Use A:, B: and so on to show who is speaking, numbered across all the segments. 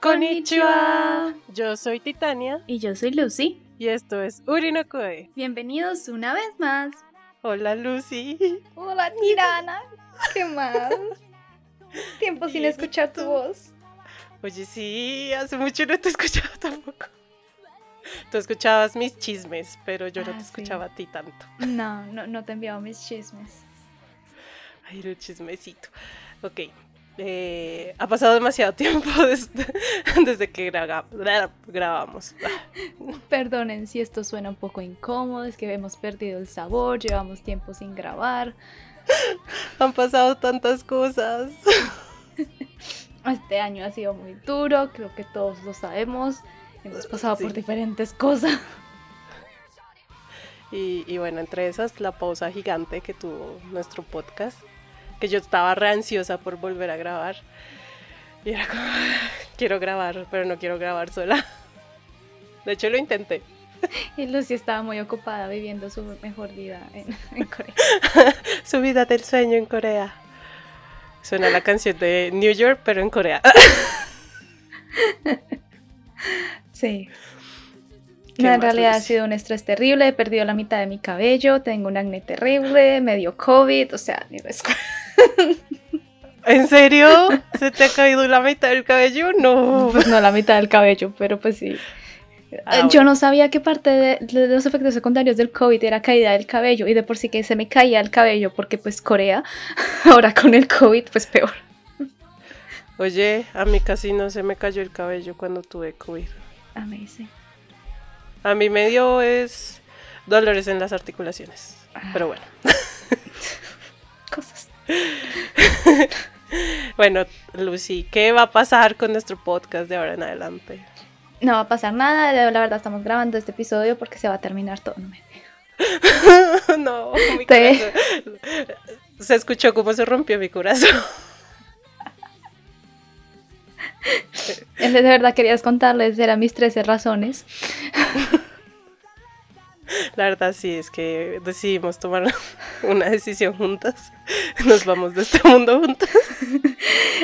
A: Konnichiwa. Yo soy Titania
B: Y yo soy Lucy.
A: y esto es Urinokoe.
B: Bienvenidos una vez más.
A: Hola Lucy.
C: Hola, tirana. ¿Qué más? Tiempo sin escuchar tu voz.
A: Oye, sí, hace mucho no te escuchaba tampoco. Tú escuchabas mis chismes, pero yo no
C: Ah,
A: te
C: sí.
A: escuchaba a ti tanto.
C: No, no, no te he enviado mis chismes.
A: Ay, el chismecito. Ok. eh, ha pasado demasiado tiempo des- desde, que graga- gra- grabamos.
C: Perdonen si esto suena un poco incómodo, es que hemos perdido el sabor, llevamos tiempo sin grabar.
A: Han pasado tantas cosas.
C: Este año ha sido muy duro, creo que todos lo sabemos. Hemos pasado por
A: Sí.
C: diferentes cosas.
A: Y, y bueno, entre esas, la pausa gigante que tuvo nuestro podcast, que yo estaba re ansiosa por volver a grabar. Y era como, quiero grabar, pero no quiero grabar sola. De hecho, lo intenté.
C: Y Lucy estaba muy ocupada viviendo su mejor vida en, en Corea.
A: Su vida del sueño en Corea. Suena la canción de New York, pero en Corea.
C: Sí.
A: ¿Qué
C: No, en
A: más,
C: realidad ha
A: Lucy?
C: sido un estrés terrible, he perdido la mitad de mi cabello, tengo un acné terrible, me dio COVID, o sea, ni les cuento.
A: ¿En serio? ¿Se te ha caído la mitad del cabello? No.
C: Pues no la mitad del cabello, pero pues sí.
A: Oh. Ah,
C: Eh,
A: bueno.
C: Yo no sabía que parte de, de los efectos secundarios del COVID era caída del cabello y de por sí que se me caía el cabello porque pues Corea, ahora con el COVID pues peor.
A: Oye, a mí casi no se me cayó el cabello cuando tuve COVID.
C: Amazing.
A: A mí me dio es dolores en las articulaciones. Pero bueno.
C: Cosas.
A: Bueno, Lucy, ¿qué va a pasar con nuestro podcast de ahora en adelante?
C: No va a pasar nada, la la verdad estamos grabando este episodio porque se va a terminar todo. No, me-
A: no, mi
C: Te-
A: corazón. Se escuchó cómo se rompió mi corazón.
C: En vez De verdad querías contarles, eran mis 13 razones.
A: La verdad sí, es que decidimos tomar una decisión juntas. Nos vamos de este mundo juntas.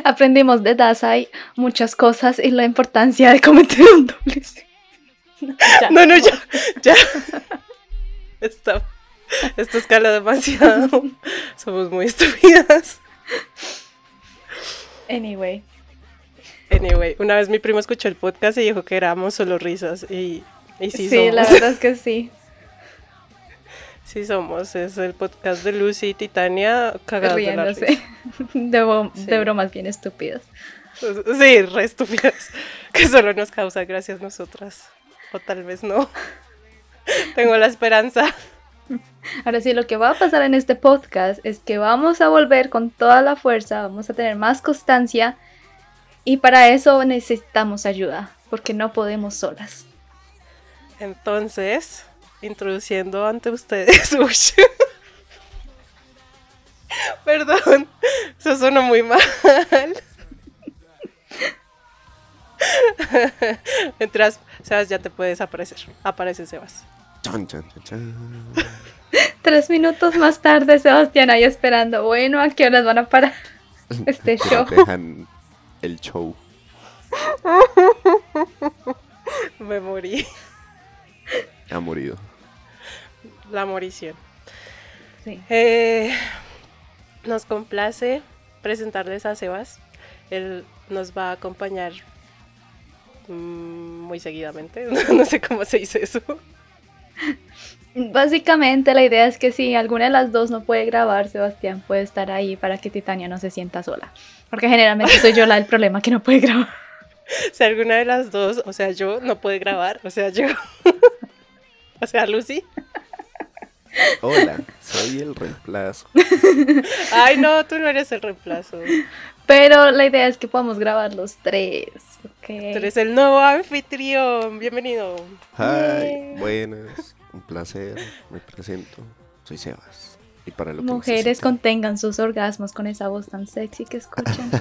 C: Aprendimos de Dasai muchas cosas y la importancia de cometer un doble suicidio.
A: No, no, ya, ya. Está- esto escala demasiado. Somos muy estúpidas.
C: Anyway,
A: Anyway, una vez mi primo escuchó el podcast y dijo que éramos solo risas. Y, y sí,
C: sí,
A: somos.
C: la verdad es que sí.
A: Sí somos. Es el podcast de Lucy y Titania cagados de la
C: riéndose de, bo-
A: Sí.
C: de bromas bien estúpidas.
A: risa. Sí, re estúpidas. Que solo nos causa gracias nosotras. O tal vez no. Tengo la esperanza.
C: Ahora sí, lo que va a pasar en este podcast es que vamos a volver con toda la fuerza, vamos a tener más constancia y para eso necesitamos ayuda, porque no podemos solas.
A: Entonces, introduciendo ante ustedes. Uy. Perdón, eso sonó muy mal. Mientras, Sebas ya te puedes aparecer. Aparece Sebas.
D: Chan, chan, chan, chan.
C: Tres minutos más tarde, Sebastián ahí esperando. Bueno, ¿a qué horas van a parar este
D: Que
C: show?
D: Dejan el show.
A: Me morí.
D: Ha morido.
A: La morición.
C: Sí.
A: Eh, nos complace presentarles a Sebas. Él nos va a acompañar mm, muy seguidamente. No sé cómo se dice eso.
C: Básicamente la idea es que si alguna de las dos no puede grabar, Sebastián puede estar ahí para que Titania no se sienta sola. Porque generalmente soy yo la del problema que no puede grabar.
A: Si alguna de las dos, o sea, yo no puede grabar, o sea, yo. O sea, Lucy.
D: Hola, soy el reemplazo.
A: Ay, no, tú no eres el reemplazo.
C: Pero la idea es que podamos grabar los tres. ¿ok?
A: Tú eres el nuevo anfitrión. Bienvenido.
D: Hi, buenas. Un placer. Me presento. Soy Sebas. Y para lo que
C: Mujeres
D: necesiten-
C: contengan sus orgasmos con esa voz tan sexy que escuchan.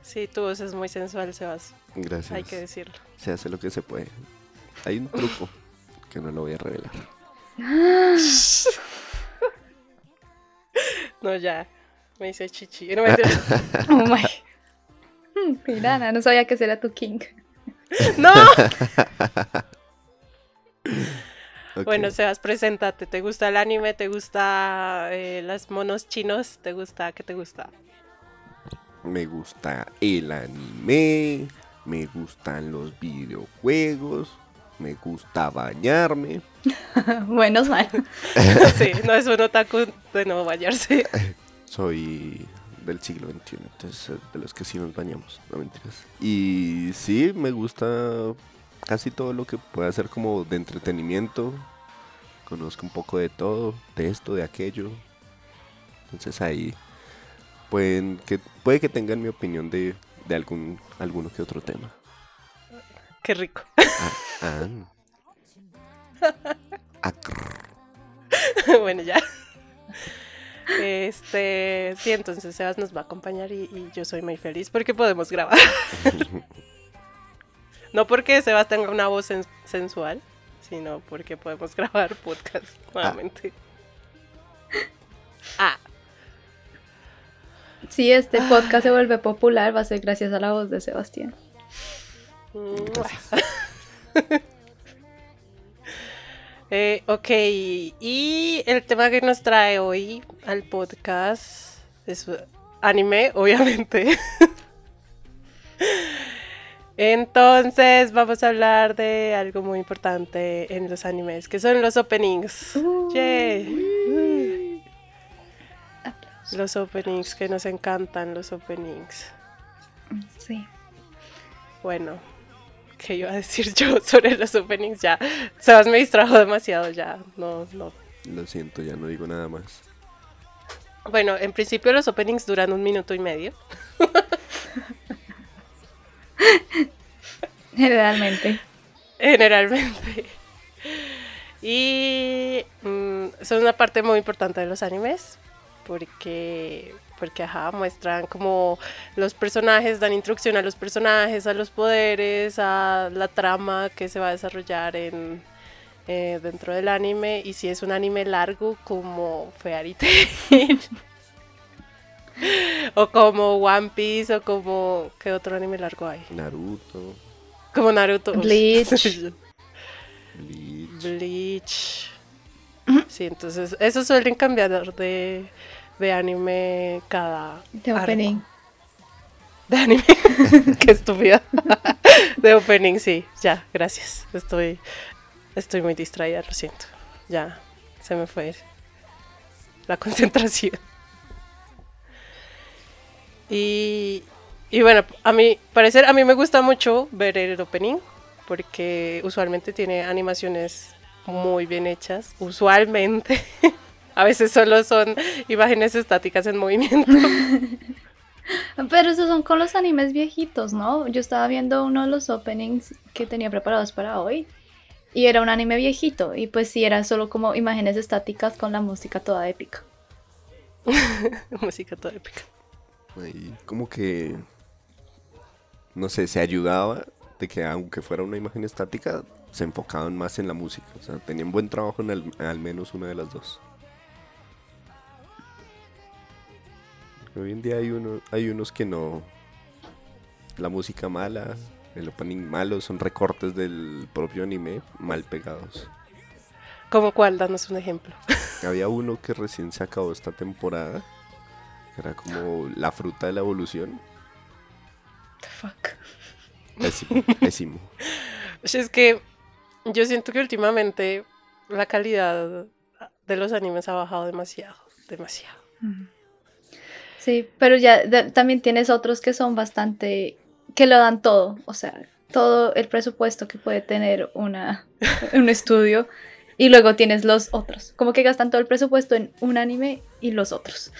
A: Sí, tu voz es muy sensual, Sebas.
D: Gracias.
A: Hay que decirlo.
D: Se hace lo que se puede. Hay un truco que no lo voy a revelar.
A: No, ya. Me hice chichi. No, mentira.
C: Oh my. Mm, Pirana, no sabía que era tu king.
A: ¡No!
D: Ok.
A: Bueno, Sebas, preséntate. ¿Te gusta el anime? ¿Te gusta eh, los monos chinos? ¿Te gusta? ¿Qué te gusta?
D: Me gusta el anime, me gustan los videojuegos, me gusta bañarme.
C: Buenos mal.
A: sí, no es un otaku de no bañarse.
D: Soy del siglo XXI, entonces eh, de los que sí nos bañamos, no mentiras. Y sí, me gusta casi todo lo que pueda ser como de entretenimiento. Conozco un poco de todo, de esto, de aquello. Entonces ahí pueden que, puede que tengan mi opinión de, de algún, alguno que otro tema.
A: Qué rico.
D: Ah.
A: bueno, ya. Este, sí, entonces Sebas nos va a acompañar y, y yo soy muy feliz porque podemos grabar. no porque Sebas tenga una voz sen- sensual, sino porque podemos grabar podcast nuevamente. Ah,
C: Si este podcast se vuelve popular, va a ser gracias a la voz de Sebastián.
A: mua.
D: Gracias.
A: Eh, ok, y el tema que nos trae hoy al podcast es anime, obviamente. Entonces vamos a hablar de algo muy importante en los animes, que son los openings. Yay. Los openings que nos encantan, los openings.
C: Sí.
A: Bueno, ¿qué iba a decir yo sobre los openings? Ya, Sebas me distrajo demasiado, ya, no, no
D: Lo siento, ya no digo nada más.
A: Bueno, en principio los openings duran un minuto y medio.
C: Generalmente.
A: generalmente. Y mm, son una parte muy importante de los animes, porque, porque ajá, muestran como los personajes, dan instrucción a los personajes, a los poderes, a la trama que se va a desarrollar en, eh, dentro del anime, y si es un anime largo como Fairy Tail. O como One Piece, o como. ¿Qué otro anime largo hay?
D: Naruto,
A: Como Naruto.
C: Bleach.
D: Bleach.
A: Bleach. Sí, entonces, eso suelen cambiar de, de anime cada.
C: De
A: arco.
C: opening.
A: De anime. Qué estúpida. de opening, sí. Ya, gracias. Estoy, estoy muy distraída, lo siento. Ya, se me fue la concentración. Y, y bueno, a mi parecer, a mí me gusta mucho ver el opening porque usualmente tiene animaciones muy bien hechas, usualmente. A veces solo son imágenes estáticas en movimiento.
C: Pero esos son con los animes viejitos, ¿no? Yo estaba viendo uno de los openings que tenía preparados para hoy. Y era un anime viejito. Y pues sí, era solo como imágenes estáticas con la música toda épica.
A: Música toda épica.
D: Ahí como que, no sé, se ayudaba de que aunque fuera una imagen estática, se enfocaban más en la música. O sea, tenían buen trabajo en al, al menos una de las dos. Hoy en día hay, uno, hay unos que no... La música mala, el opening malo, son recortes del propio anime mal pegados.
A: ¿Cómo cuál? Danos un ejemplo.
D: Había uno que recién se acabó esta temporada. que Era como la fruta de la evolución.
C: Fuck.
D: Pésimo, pésimo.
A: Es que yo siento que últimamente la calidad de los animes ha bajado demasiado, demasiado.
C: Sí, pero ya de- también tienes otros que son bastante... que lo dan todo. O sea, todo el presupuesto que puede tener una, un estudio. Y luego tienes los otros. Como que gastan todo el presupuesto en un anime y los otros.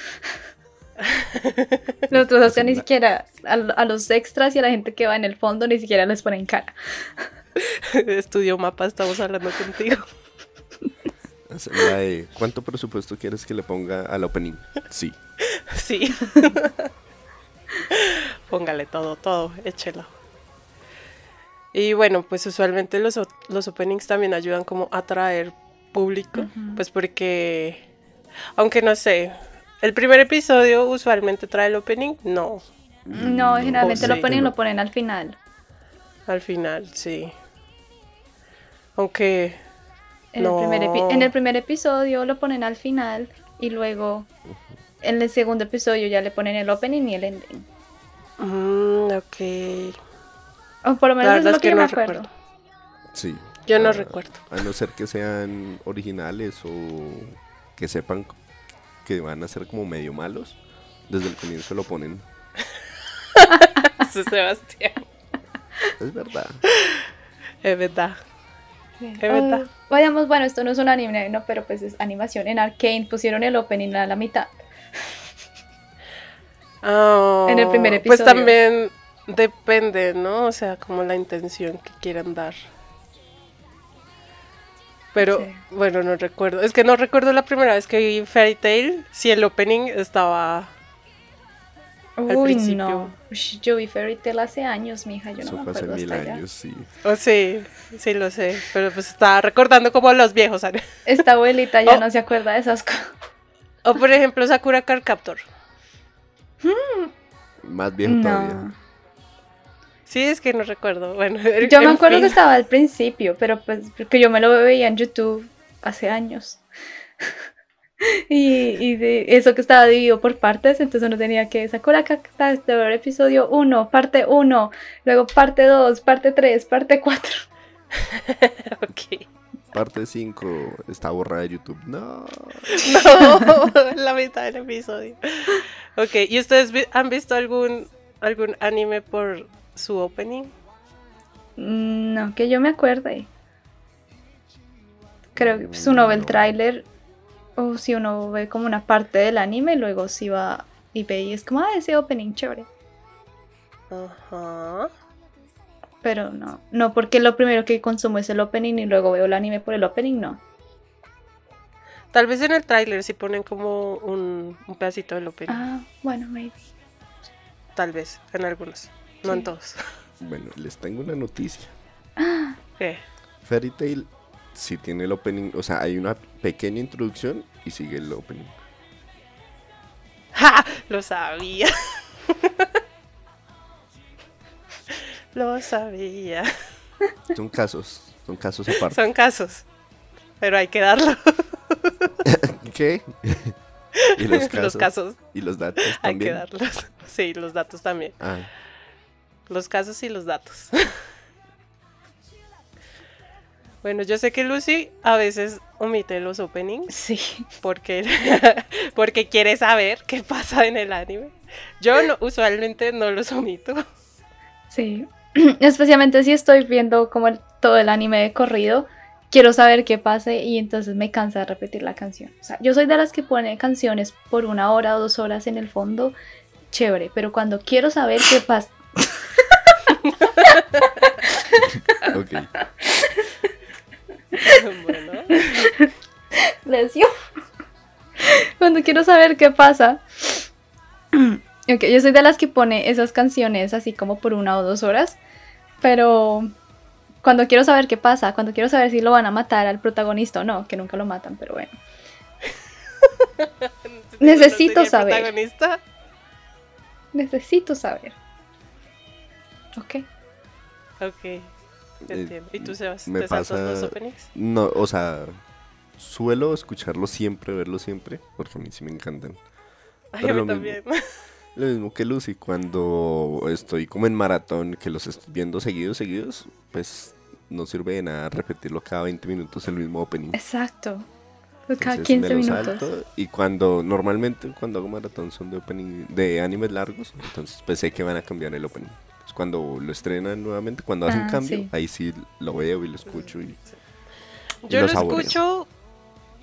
C: Los otros, o sea, ni
D: La-
C: siquiera a, a los extras y a la gente que va en el fondo ni siquiera les ponen cara.
A: Estudio mapa, estamos hablando contigo.
D: Esa es la de, ¿Cuánto presupuesto quieres que le ponga al opening? Sí.
A: Sí. Póngale todo, todo, échelo. Y bueno, pues usualmente los, o- los openings también ayudan como a atraer público, pues porque, aunque no sé, el primer episodio usualmente trae el opening, no.
C: No, generalmente
A: no
C: lo ponen,
D: tengo.
C: lo ponen al final.
A: Al final, sí. Aunque
C: En, el primer epi-
A: No.
C: en el primer episodio lo ponen al final y luego en el segundo episodio ya le ponen el opening y el ending.
A: Mm, ok.
C: O por lo menos
A: La
C: es lo
A: verdad es
C: que,
A: que
C: yo me
A: no
C: acuerdo.
A: recuerdo.
D: Sí.
A: Yo no
D: Ah,
A: recuerdo.
D: A no ser que sean originales o que sepan que van a ser como medio malos, desde el comienzo lo ponen.
A: Sí, Sebastián.
D: Es verdad.
A: Es verdad.
C: Bien.
A: Es verdad.
C: Ah, vayamos, bueno, esto no es un anime, no, pero pues es animación. En Arcane pusieron el opening a la mitad.
A: Ah,
C: En el primer
A: Pues
C: episodio.
A: también depende, ¿no? O sea, como la intención que quieran dar. Pero
C: Sí.
A: bueno, no recuerdo. Es que no recuerdo la primera vez que vi Fairy Tail si el opening estaba. Al
C: Uy,
A: principio.
C: no. Ush, Yo vi Fairy Tail hace años, mija, yo no
D: Eso
C: me
D: fue hace
C: acuerdo
D: mil
C: hasta allá.
D: años, sí.
A: Oh, sí, sí lo sé. Pero pues estaba recordando como los viejos. ¿sabes?
C: Esta abuelita ya
A: Oh.
C: no se acuerda de esas cosas.
A: O por ejemplo, Sakura Card Captor.
D: Más viejo
C: No.
D: todavía.
A: Sí, es que no recuerdo. Bueno, en-
C: Yo me
A: en
C: acuerdo que
A: fin.
C: estaba al principio, pero pues porque yo me lo veía en YouTube hace años. y y de- eso que estaba dividido por partes, entonces uno tenía que sacar la carta de ver episodio 1, parte 1, luego parte 2, parte 3, parte 4.
A: Ok.
D: Parte 5 está borrada de YouTube. No.
A: No, la mitad del episodio. Ok, ¿y ustedes vi- han visto algún, algún anime por su opening?
C: Mm, No, que yo me acuerde. Creo que pues, uno ve el
D: No.
C: tráiler o si uno ve como una parte del anime, luego si va y ve y es como, ah, ese opening chévere.
A: Ajá.
C: Pero no, no, porque lo primero que consumo es el opening y luego veo el anime por el opening, no.
A: Tal vez en el tráiler si ponen como un, un pedacito del opening.
C: Ah, bueno, maybe.
A: Tal vez, en algunos. No en
C: Sí.
A: todos.
D: Bueno, les tengo una noticia.
A: ¿Qué?
D: Fairy Tail sí tiene el opening, o sea, hay una pequeña introducción y sigue el opening.
A: ¡Ja! Lo sabía. Lo sabía.
D: Son casos, son casos aparte.
A: Son casos. Pero hay que darlo.
D: ¿Qué? y los casos,
A: Los casos
D: y los datos también.
A: hay que darlos. Sí, los datos también.
D: Ah,
A: Los casos y los datos. bueno, yo sé que Lucy a veces omite los openings
C: Sí.
A: porque, porque quiere saber qué pasa en el anime. Yo no, usualmente no los omito.
C: Sí. Especialmente si estoy viendo como el- todo el anime de corrido, quiero saber qué pase y entonces me cansa de repetir la canción. O sea, yo soy de las que pone canciones por una hora o dos horas en el fondo, chévere, pero cuando quiero saber qué pasa,
D: ok.
A: bueno,
C: Lesión. Cuando quiero saber qué pasa. Ok, yo soy de las que pone esas canciones así como por una o dos horas. Pero cuando quiero saber qué pasa, cuando quiero saber si lo van a matar al protagonista o no, que nunca lo matan, pero bueno. Necesito
A: ¿No sería el
C: saber.
A: protagonista?
C: Necesito saber. Ok.
A: Ok, entiendo. ¿Y tú, Sebas?
D: Eh, me
A: ¿Te saltas
D: pasa-
A: los openings?
D: No, o sea, suelo escucharlo siempre, verlo siempre, porque a mí sí me encantan.
A: Ay,
D: Pero
A: a mí
D: lo
A: también.
D: Lo mismo que Lucy, cuando estoy como en maratón, que los estoy viendo seguidos, seguidos, pues no sirve de nada repetirlo cada 20 minutos el mismo opening.
C: Exacto. Pues Cada
D: Entonces,
C: 15
D: me lo
C: minutos.
D: salto, y cuando, normalmente cuando hago maratón son de opening, de animes largos, entonces pues sé que van a cambiar el opening. Entonces, cuando lo estrenan nuevamente, cuando hacen
C: Ah,
D: cambio,
C: sí.
D: ahí sí lo veo y lo escucho y
A: Yo lo
D: lo saboreo.
A: escucho,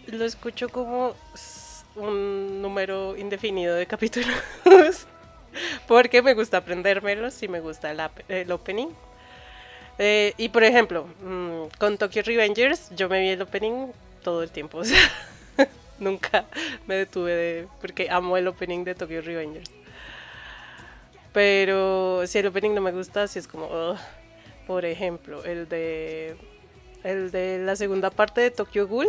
A: lo escucho como s- un número indefinido de capítulos, porque me gusta aprendérmelos y me gusta el, ap- el opening. Eh, y por ejemplo, mm, con Tokyo Revengers yo me vi el opening todo el tiempo, o sea, nunca me detuve de, porque amo el opening de Tokyo Revengers. Pero si el opening no me gusta, si es como, "Ugh". por ejemplo, el de el de la segunda parte de Tokyo Ghoul.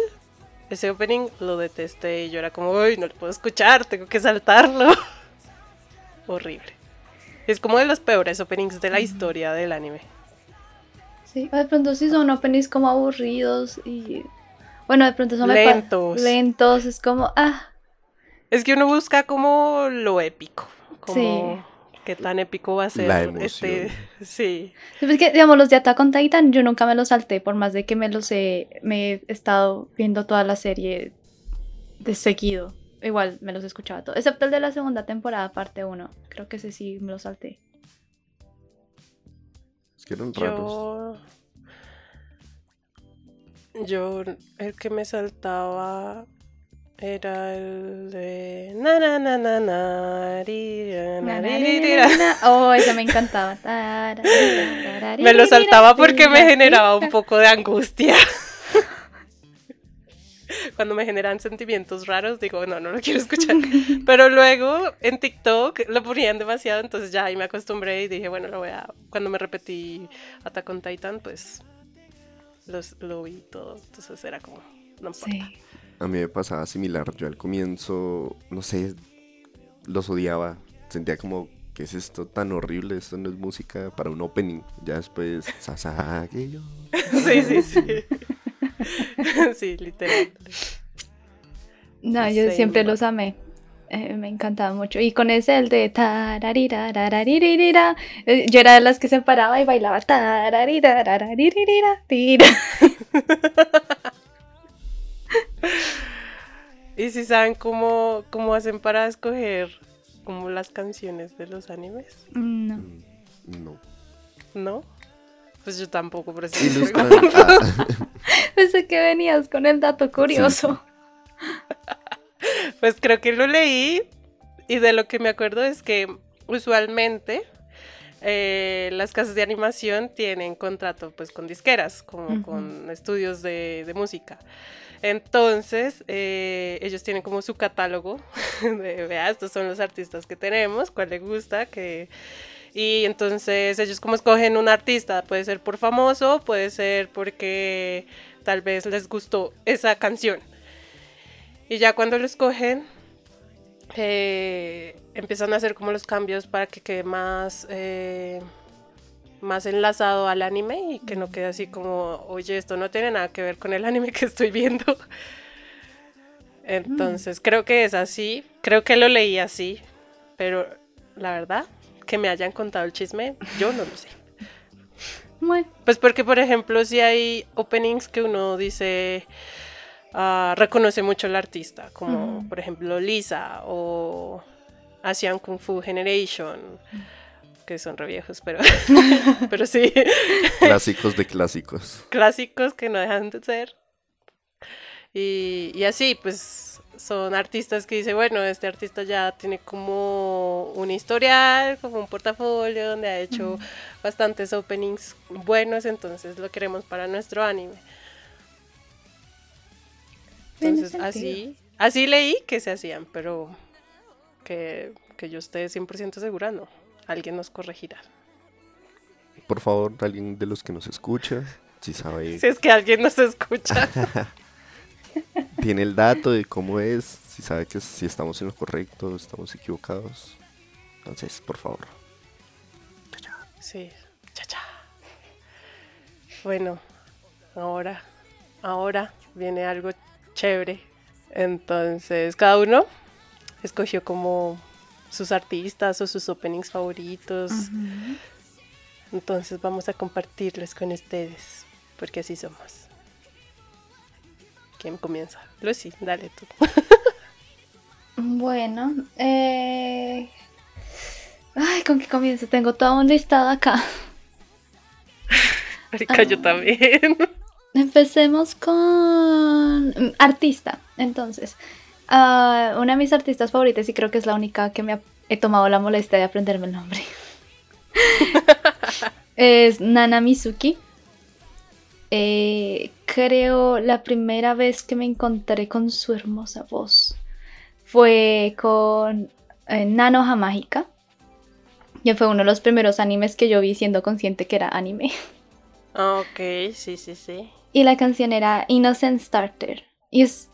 A: Ese opening lo detesté y yo era como, uy, no lo puedo escuchar, tengo que saltarlo. Horrible. Es como de los peores openings de la historia del anime.
C: Sí, o de pronto sí son openings como aburridos y... Bueno, de pronto son me pa-
A: Lentos.
C: Lentos, es como... Ah,
A: Es que uno busca como lo épico. Como qué tan épico va a ser
D: La
A: este.
D: emoción.
A: Sí.
C: Sí, pues que, digamos, los de Attack on Titan yo nunca me los salté, por más de que me los he, me he estado viendo toda la serie de seguido. Igual me los escuchaba todo, excepto el de la segunda temporada, parte 1. Creo que ese sí me lo salté.
D: Es que eran
A: Yo.
D: raros.
A: Yo, el que me saltaba era el de. Na, na, na, na, na, ri, ra, na, ri, ri, ri, ra.
C: Oh, ese me encantaba. Tararara,
A: Me lo saltaba porque me generaba un poco de angustia. Cuando me generan sentimientos raros, digo, no, no lo quiero escuchar. Pero luego en TikTok lo ponían demasiado, entonces ya ahí me acostumbré y dije, bueno, lo voy a. Cuando me repetí Attack on Titan, pues los, lo vi todo. Entonces era como, no importa.
C: Sí.
D: A mí me pasaba similar. Yo al comienzo, no sé, los odiaba. Sentía como, ¿qué es esto tan horrible? Esto no es música para un opening. Ya después, Sasage yo.
A: Sí, sí, sí. sí, literal.
C: No, yo
A: Sí,
C: siempre
A: ma-
C: los amé. Eh, me encantaba mucho. Y con ese, el de tararira, yo era de las que se paraba y bailaba tararira, tira.
A: ¿Y si saben cómo, cómo hacen para escoger como las canciones de los animes?
C: No.
D: Mm, No.
A: ¿No? Pues yo tampoco, pero sí.
D: Ilustran. Ah,
C: Pensé Pues que venías con el dato curioso.
A: Pues creo que lo leí y de lo que me acuerdo es que usualmente eh, las casas de animación tienen contrato pues con disqueras, como
C: Ujú.
A: con estudios de, de música. Entonces, eh, ellos tienen como su catálogo de, vea, estos son los artistas que tenemos, cuál le gusta, que... Y entonces ellos como escogen un artista, puede ser por famoso, puede ser porque tal vez les gustó esa canción. Y ya cuando lo escogen, eh, empiezan a hacer como los cambios para que quede más, eh, más enlazado al anime y que no quede así como, oye, esto no tiene nada que ver con el anime que estoy viendo. Entonces, creo que es así, creo que lo leí así, pero la verdad, que me hayan contado el chisme, yo no lo sé.
C: Bueno,
A: Pues porque, por ejemplo, si hay openings que uno dice, ah, reconoce mucho al artista, como
C: Ujú.
A: por ejemplo Lisa o Asian Kung Fu Generation, que son re viejos, pero, pero sí,
D: clásicos de clásicos.
A: clásicos que no dejan de ser. Y, y así, pues son artistas que dice, bueno, este artista ya tiene como un historial, como un portafolio donde ha hecho bastantes openings buenos, entonces lo queremos para nuestro anime.
C: Tiene
A: Entonces
C: sentido.
A: así, así leí que se hacían, pero que, que yo esté 100% segura, no. Alguien nos corregirá.
D: Por favor, alguien de los que nos escucha, si sabe,
A: Si es que alguien nos escucha.
D: tiene el dato de cómo es, si sabe que si estamos en lo correcto, estamos equivocados. Entonces, por favor.
A: Sí, cha cha. Bueno, ahora, ahora viene algo chévere. Entonces, cada uno escogió como sus artistas o sus openings favoritos. Entonces vamos a compartirlos con ustedes, porque así somos. ¿Quién comienza? Lucy, dale tú.
C: bueno. eh, Ay, ¿con qué comienzo? Tengo todo un listado acá.
A: Marica, yo también.
C: Empecemos con mm, artista. Entonces, ah, una de mis artistas favoritas y creo que es la única que me ha- he tomado la molestia de aprenderme el nombre. es Nana Mizuki. Eh, creo la primera vez que me encontré con su hermosa voz fue con eh, Nanoha Mágica. que fue uno de los primeros animes que yo vi siendo consciente que era anime.
A: Ah, ok, sí, sí, sí.
C: Y la canción era Innocent Starter. Y es.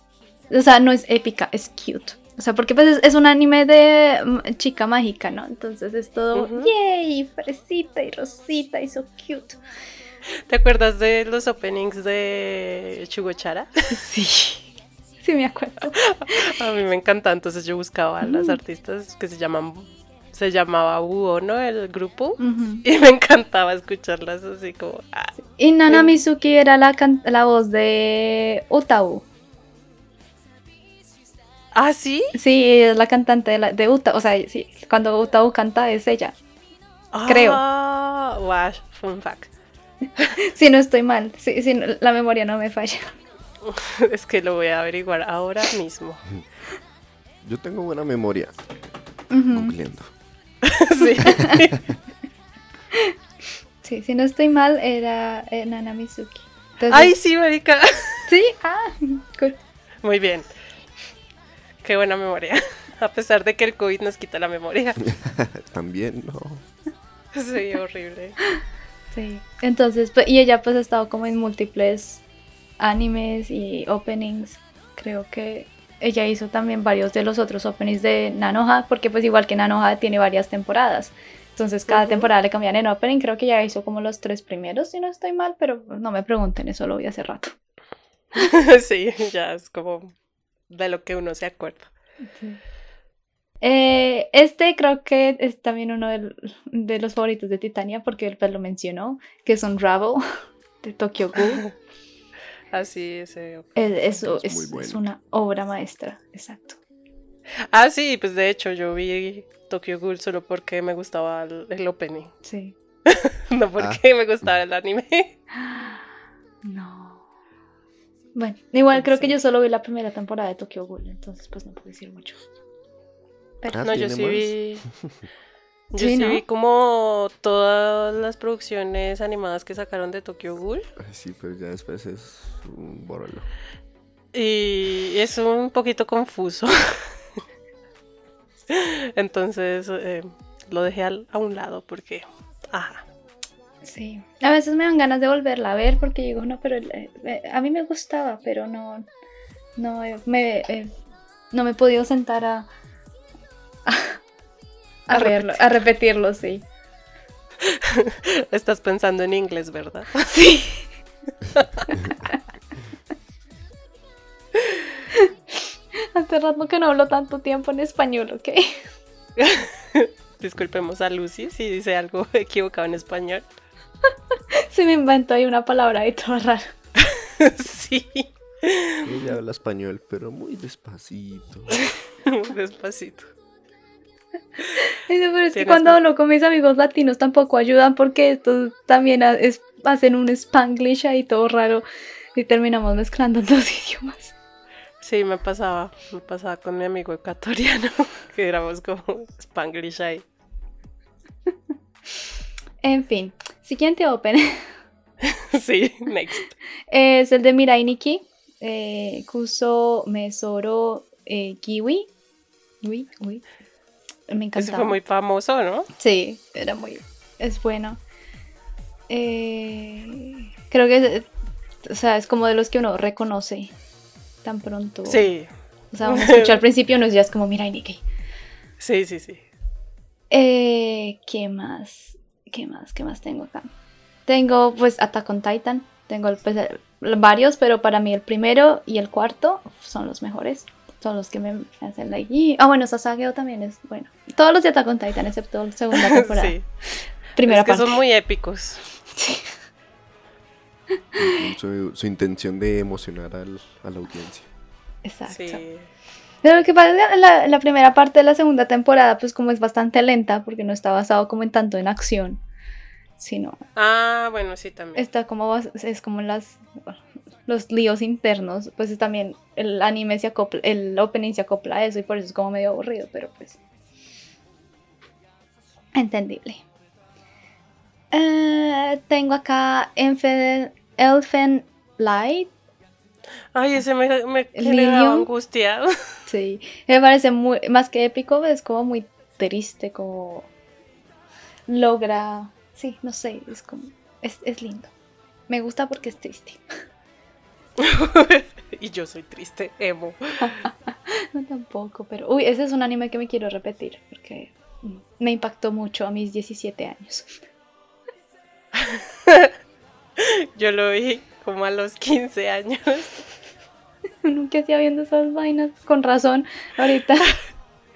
C: O sea, no es épica, es cute. O sea, porque pues es, es un anime de mm, chica mágica, ¿no? Entonces es todo,
A: Ujú.
C: yay, fresita y rosita y so cute.
A: ¿Te acuerdas de los openings de Chugochara?
C: Sí, sí me acuerdo.
A: A mí me encanta, entonces yo buscaba a las artistas que se llaman se llamaba Uo, ¿no? El grupo.
C: Ujú.
A: Y me encantaba escucharlas así como ah,
C: Y Nana Mizuki era la, can- la voz de Utau.
A: ah, sí.
C: Sí, ella es la cantante de, la- de Utau. O sea, sí, cuando Utau canta es ella. Creo.
A: Ah, guau, fun fact.
C: Si no estoy mal, si, si no- la memoria no me falla.
A: Es que lo voy a averiguar ahora mismo.
D: Yo tengo buena memoria,
C: Ujú.
D: cumpliendo.
A: Sí.
C: Sí, si no estoy mal, era eh, Nana Mizuki. Entonces-
A: Ay, sí, marica.
C: Sí, ah, cool.
A: Muy bien. Qué buena memoria. A pesar de que el COVID nos quita la memoria.
D: Eh, También, no.
A: Sí, horrible.
C: Sí. Entonces, pues, y ella pues ha estado como en múltiples animes y openings. Creo que ella hizo también varios de los otros openings de Nanoha, porque pues igual que Nanoha tiene varias temporadas. Entonces cada
A: Ujú.
C: temporada le cambian en opening. Creo que ya hizo como los tres primeros, si no estoy mal, pero no me pregunten, eso lo vi hace rato.
A: Sí, ya es como de lo que uno se acuerda.
C: Eh, este creo que es también uno del- de los favoritos de Titania, porque él pues, lo mencionó, que es un Ravel de Tokyo Ghoul.
A: Así ese.
C: Es, es-
D: Es muy
C: es-
D: bueno.
C: es una obra maestra, exacto.
A: Ah, sí, pues de hecho yo vi Tokyo Ghoul solo porque me gustaba el, el opening,
C: Sí.
D: Ah.
A: no porque me gustaba el anime.
C: No. Bueno, igual creo que
A: Sí.
C: yo solo vi la primera temporada de Tokyo Ghoul, entonces pues no puedo decir mucho.
D: Ah,
A: No, yo
D: ¿tiene
A: sí
D: más?
A: vi. Yo
C: Sí,
A: sí,
C: ¿no?
A: vi como todas las producciones animadas que sacaron de Tokyo Ghoul.
D: Ay, sí, pero ya después es un borolo.
A: Y es un poquito confuso. Entonces eh, lo dejé al- a un lado porque. Ajá.
C: Sí. A veces me dan ganas de volverla a ver porque digo, no, pero eh, eh, a mí me gustaba, pero no, no, eh, me, eh, no me he podido sentar a, a, a
A: A
C: verlo- a repetirlo, sí.
A: Estás pensando en inglés, ¿verdad?
C: Sí. Hace rato que no hablo tanto tiempo en español, ¿ok?
A: Disculpemos a Lucy si dice algo equivocado en español.
C: Se me inventó ahí una palabra y todo raro.
A: sí.
D: Ella habla español, pero muy despacito.
A: Despacito.
C: Eso, pero es que
A: Tienes
C: cuando
A: razón.
C: hablo con mis amigos latinos tampoco ayudan porque estos también ha- es- hacen un spanglish ahí todo raro y terminamos mezclando dos idiomas.
A: Sí, me pasaba. Me pasaba con mi amigo ecuatoriano, que éramos como Spanglish ahí.
C: En fin, siguiente open
A: sí, next.
C: es el de Mirai Nikki, eh, Kuso Mesoro eh, Kiwi. Uy, uy. Me
A: Ese
C: encantaba.
A: fue muy famoso, ¿no?
C: Sí, era muy. Es bueno. Eh, creo que. es- O sea, es como de los que uno reconoce tan pronto.
A: Sí,
C: O sea, uno escucha al principio uno ya es como, mira, Nicky.
A: sí, sí, sí.
C: Eh, ¿Qué más? ¿Qué más? ¿Qué más tengo acá? Tengo, pues, Attack on Titan. Tengo pues, eh, varios, pero para mí el primero y el cuarto son los mejores. Son los que me hacen like. "Y-". Ah, bueno, Sasageo también es bueno. Todos los de Attack on Titan, excepto la segunda temporada.
A: sí.
C: Primera
A: es que
C: parte.
A: son muy épicos.
D: Su, su intención de emocionar al- a la audiencia.
C: Exacto.
A: Sí.
C: Pero lo que pasa es que la, la primera parte de la segunda temporada, pues como es bastante lenta, porque no está basado como en tanto en acción, sino
A: Ah, bueno, sí, también.
C: está como, bas- es como las, los líos internos, pues es también el anime se acopla, el opening se acopla a eso y por eso es como medio aburrido, pero pues entendible. Eh, tengo acá Enfe- Elfen Light,
A: Ay, ese me, me
C: Lilium.
A: generaba angustia.
C: Sí, me parece muy, más que épico, es como muy triste, como logra, sí, no sé, es como, es, es lindo. Me gusta porque es triste.
A: y yo soy triste, emo.
C: No tampoco, pero... Uy, ese es un anime que me quiero repetir porque mm, me impactó mucho a mis 17 años.
A: Yo lo vi como a los 15 años.
C: Nunca hacía viendo esas vainas, con razón. Ahorita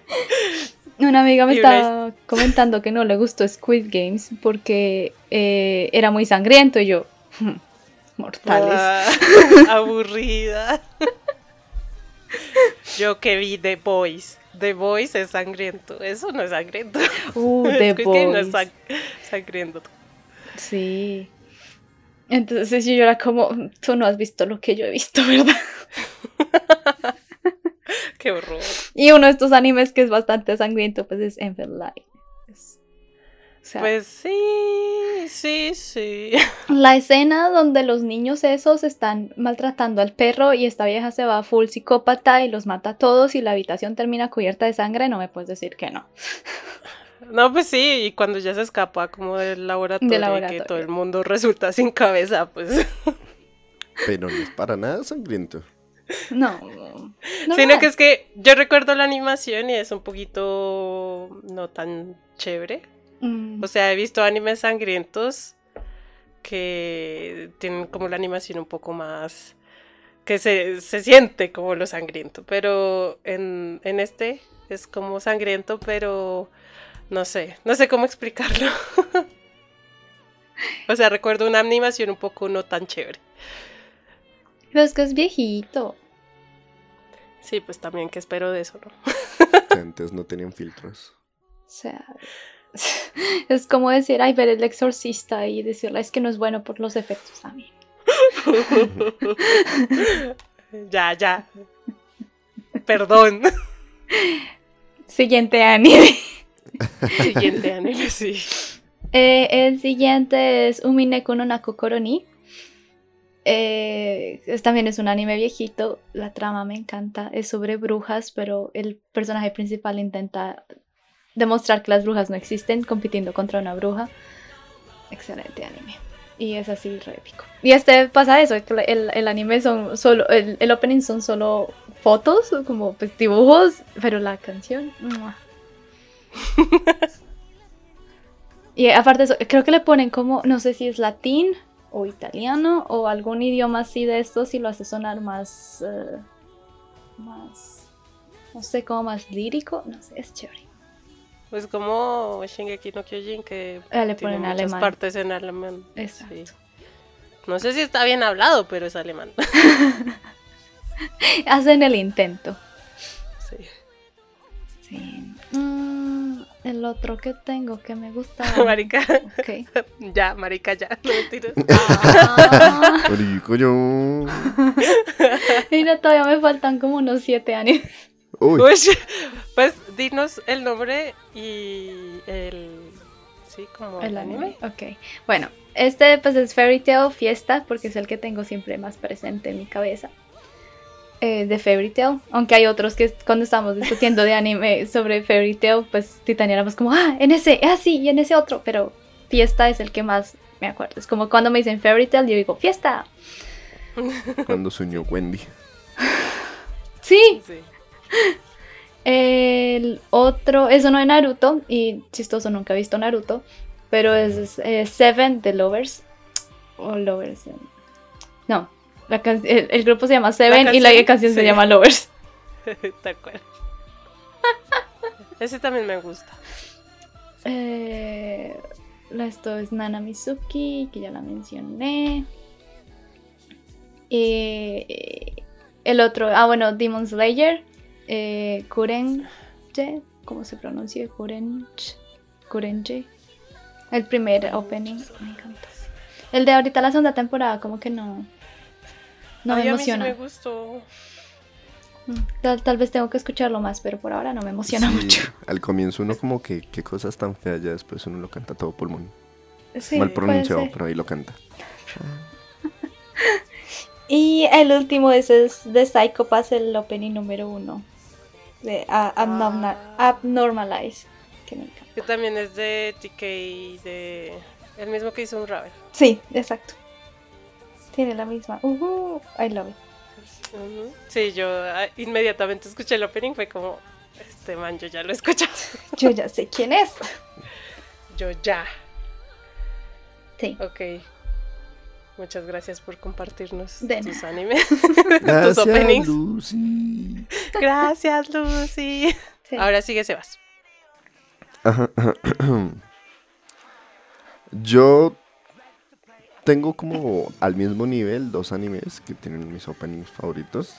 C: una amiga me
A: Y una
C: estaba comentando que no le gustó Squid Games porque eh, era muy sangriento y yo... "Hmm, Mortales.
A: Ah, aburrida. Yo que vi The Voice. The Voice es sangriento. Eso no es sangriento.
C: Uh, The
A: Squid Game no es
C: Boys.
A: sang- sangriento.
C: Sí. Entonces yo era como, tú no has visto lo que yo he visto, ¿verdad?
A: Qué horror.
C: Y uno de estos animes que es bastante sangriento, pues es Enfield Light. Es- o sea,
A: Pues sí, sí, sí.
C: la escena donde los niños esos están maltratando al perro y esta vieja se va full psicópata y los mata a todos y la habitación termina cubierta de sangre, no me puedes decir que no.
A: No, pues sí, y cuando ya se escapa como del laboratorio,
C: Del
A: y
C: laboratorio.
A: que todo el mundo resulta sin cabeza, pues.
D: Pero no es para nada sangriento.
C: No. no
A: Sino que es que yo recuerdo la animación y es un poquito no tan chévere.
C: Mm,
A: O sea, he visto animes sangrientos que tienen como la animación un poco más... que se, se siente como lo sangriento, pero en, en este es como sangriento, pero no sé, no sé cómo explicarlo. o sea, recuerdo una animación un poco no tan chévere.
C: Pero es que es viejito.
A: Sí, pues también que espero de eso, ¿no?
D: que Antes no tenían filtros.
C: O sea, es como decir, ay, ver el exorcista y decirle, es que no es bueno por los efectos también.
A: Ya, ya. Perdón.
C: Siguiente anime.
A: Siguiente anime, sí.
C: Eh, el siguiente es Umine Kuno na Kokoro ni. Eh, es- también es un anime viejito, la trama me encanta, es sobre brujas, pero el personaje principal intenta demostrar que las brujas no existen compitiendo contra una bruja. Excelente anime. Y es así, re épico. Y este pasa eso, que la- el, el anime son solo, el, el opening son solo fotos, como pues, dibujos, pero la canción... ¡mua! Y aparte, de eso, creo que le ponen como, no sé si es latín o italiano o algún idioma así de estos y lo hace sonar más, eh, más, no sé, como más lírico. No sé, es chévere.
A: Pues como Shingeki no Kyojin que
C: Ah, le
A: tiene
C: ponen
A: muchas
C: alemán.
A: partes en alemán.
C: Exacto.
A: Sí. No sé si está bien hablado, pero es alemán.
C: Hacen el intento.
A: Sí.
C: Sí. Mm, el otro que tengo que me gusta.
A: Marica,
C: Ok.
A: ya, marica, ya. No mentiras.
C: Ah,
D: Marico, yo.
C: mira, todavía me faltan como unos siete años.
D: Uy,
A: Uy, pues dinos el nombre y el. Sí, como
C: El anime. Ok. Bueno, este pues es Fairy Tail Fiesta porque es el que tengo siempre más presente en mi cabeza. eh, de Fairy Tail. Aunque hay otros que cuando estamos discutiendo de anime sobre Fairy Tail, pues Titania era más como, ah, en ese, ah, sí, y en ese otro. Pero Fiesta es el que más me acuerdo. Es como cuando me dicen Fairy Tail, yo digo, Fiesta.
D: cuando soñó Wendy.
C: Sí,
A: Sí.
C: El otro es uno de Naruto, y chistoso, nunca he visto Naruto, pero es, eh, Seven de Lovers. O Lovers. eh, No, la can- el, el grupo se llama Seven y la
A: canción?
C: canción se
A: Sí.
C: llama Lovers.
A: Tal cual. Ese también me gusta.
C: Eh, esto es Nana Mizuki, que ya la mencioné. Eh, el otro, ah bueno, Demon Slayer, eh, Kurenje, ¿cómo se pronuncia? Kurenje, Kurenje. El primer opening, me encanta. El de ahorita la segunda temporada, como que no, no me
A: Ay, a mí sí
C: emociona.
A: me gustó.
C: Mm, Tal, tal vez tengo que escucharlo más, pero por ahora no me emociona
D: Sí,
C: mucho.
D: Al comienzo uno como que qué cosas tan feas, ya después uno lo canta a todo pulmón.
C: Sí,
D: Mal
A: puede
D: pronunciado,
C: ser.
D: pero ahí lo canta.
C: Y el último ese es de Psychopath, el opening número uno. De a- Abnorma-
A: Ah.
C: Abnormalize. Que me encanta.
A: Que también es de TK, de... El mismo que hizo un Raven.
C: Sí, exacto. Tiene la misma. Ujú, I Uh-huh. love it.
A: Ujú. Sí, yo ah, inmediatamente escuché el opening, fue como, este man, yo ya lo he escuchado.
C: Yo ya sé quién es.
A: Yo ya.
C: Sí.
A: Ok. Muchas gracias por compartirnos
C: De
A: tus animes, tus
D: Gracias,
A: openings.
D: Lucy.
A: Gracias, Lucy.
C: sí.
A: Ahora sigue Sebas.
D: Ajá, ajá, Yo tengo como al mismo nivel dos animes que tienen mis openings favoritos,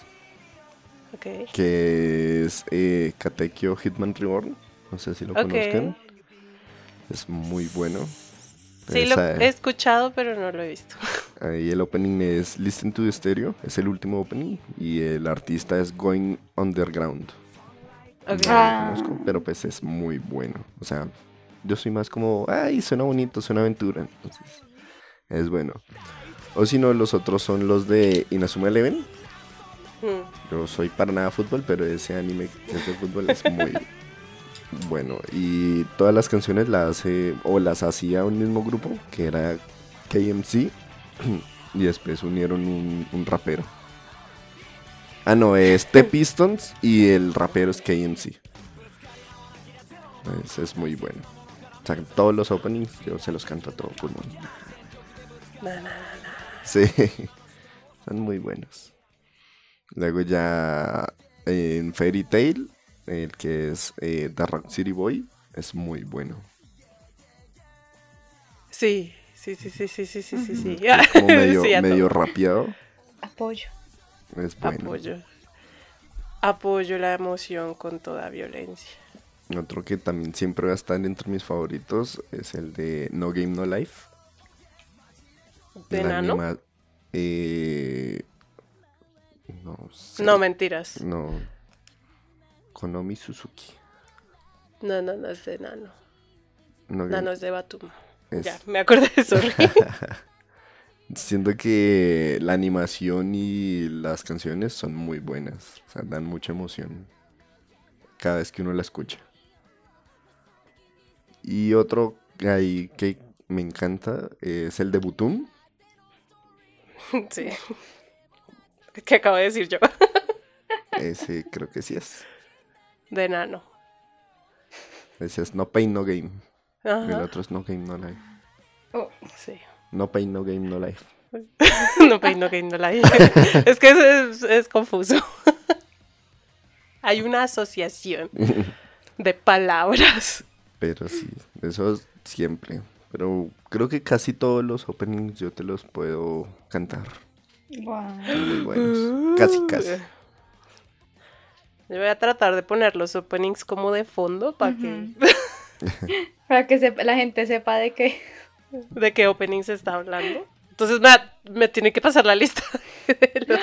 A: Ok.
D: que es eh, Katekyo Hitman Reborn, no sé si lo
A: Ok.
D: conozcan, es muy bueno.
A: Sí, lo
D: Esa- eh.
A: he escuchado, pero no lo he visto.
D: Ahí el opening es Listen to the Stereo, es el último opening y el artista es Going Underground.
A: Ok.
D: No lo
C: Ah.
D: conozco, pero pues es muy bueno. O sea, yo soy más como, ay, suena bonito, suena aventura. Entonces, es bueno. O si no, los otros son los de Inazuma Eleven.
A: Mm.
D: Yo soy para nada fútbol, pero ese anime que es de fútbol es muy bueno. Y todas las canciones las hace, o las hacía un mismo grupo, que era KMC. Y después unieron un, un rapero. Ah, no, es The Pistons y el rapero es KMC. Es, es muy bueno. O sea, todos los openings yo se los canto a todo pulmón.
A: Na, na, na.
D: Sí, son muy buenos. Luego ya en Fairy Tail, el que es eh, The Rock City Boy, es muy bueno.
A: Sí, sí, sí, sí, sí, sí, sí, sí, sí.
D: Que Es como medio,
A: Sí, a todo.
D: medio rapeado,
C: Apoyo.
D: es bueno.
A: Apoyo. Apoyo la emoción con toda violencia.
D: Otro que también siempre va a estar entre mis favoritos es el de No Game No Life.
A: ¿De
D: La
A: nano?
D: anima- eh, no sé.
A: No, mentiras.
D: No. Konomi Suzuki.
A: No, no, no es de nano.
D: No Game-
A: Nano es de Batuma.
D: es-
A: Ya, me acordé de eso.
D: Siento que la animación y las canciones son muy buenas. O sea, dan mucha emoción cada vez que uno la escucha. Y otro que ahí que me encanta es el de Butum.
A: Sí. ¿Qué acabo de decir yo?
D: Ese creo que sí es.
A: De nano.
D: Ese es No Pain No Game. El
A: Ajá.
D: otro es No Game No Life.
A: Sí.
D: No Pain No Game No Life.
A: No pain, no gain, no lie. Es que es, es- es confuso. Hay una asociación de palabras.
D: Pero sí, eso es siempre. Pero creo que casi todos los openings yo te los puedo cantar.
C: Wow.
D: Son muy buenos. Casi, casi.
A: Uh. Yo voy a tratar de poner los openings como de fondo para que
C: Para que sepa- la gente sepa de qué.
A: de qué opening se está hablando. Entonces me, me tiene que pasar la lista de los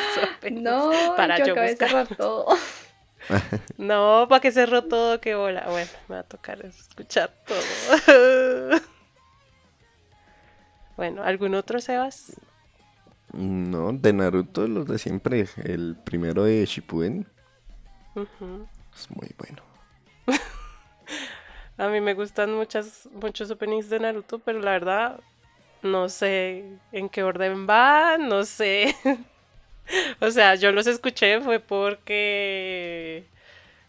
A: openings.
C: No,
A: Pues, para
C: yo
A: yo
C: acabé de
A: buscar.
C: cerrar todo.
A: No, para que cerró todo, qué bola. Bueno, me va a tocar escuchar todo. bueno, ¿algún otro, Sebas?
D: No, de Naruto los de siempre. El primero de Shippuden
A: Ujú.
D: es muy bueno.
A: A mí me gustan muchas, muchos openings de Naruto, pero la verdad no sé en qué orden va, no sé. o sea, yo los escuché fue porque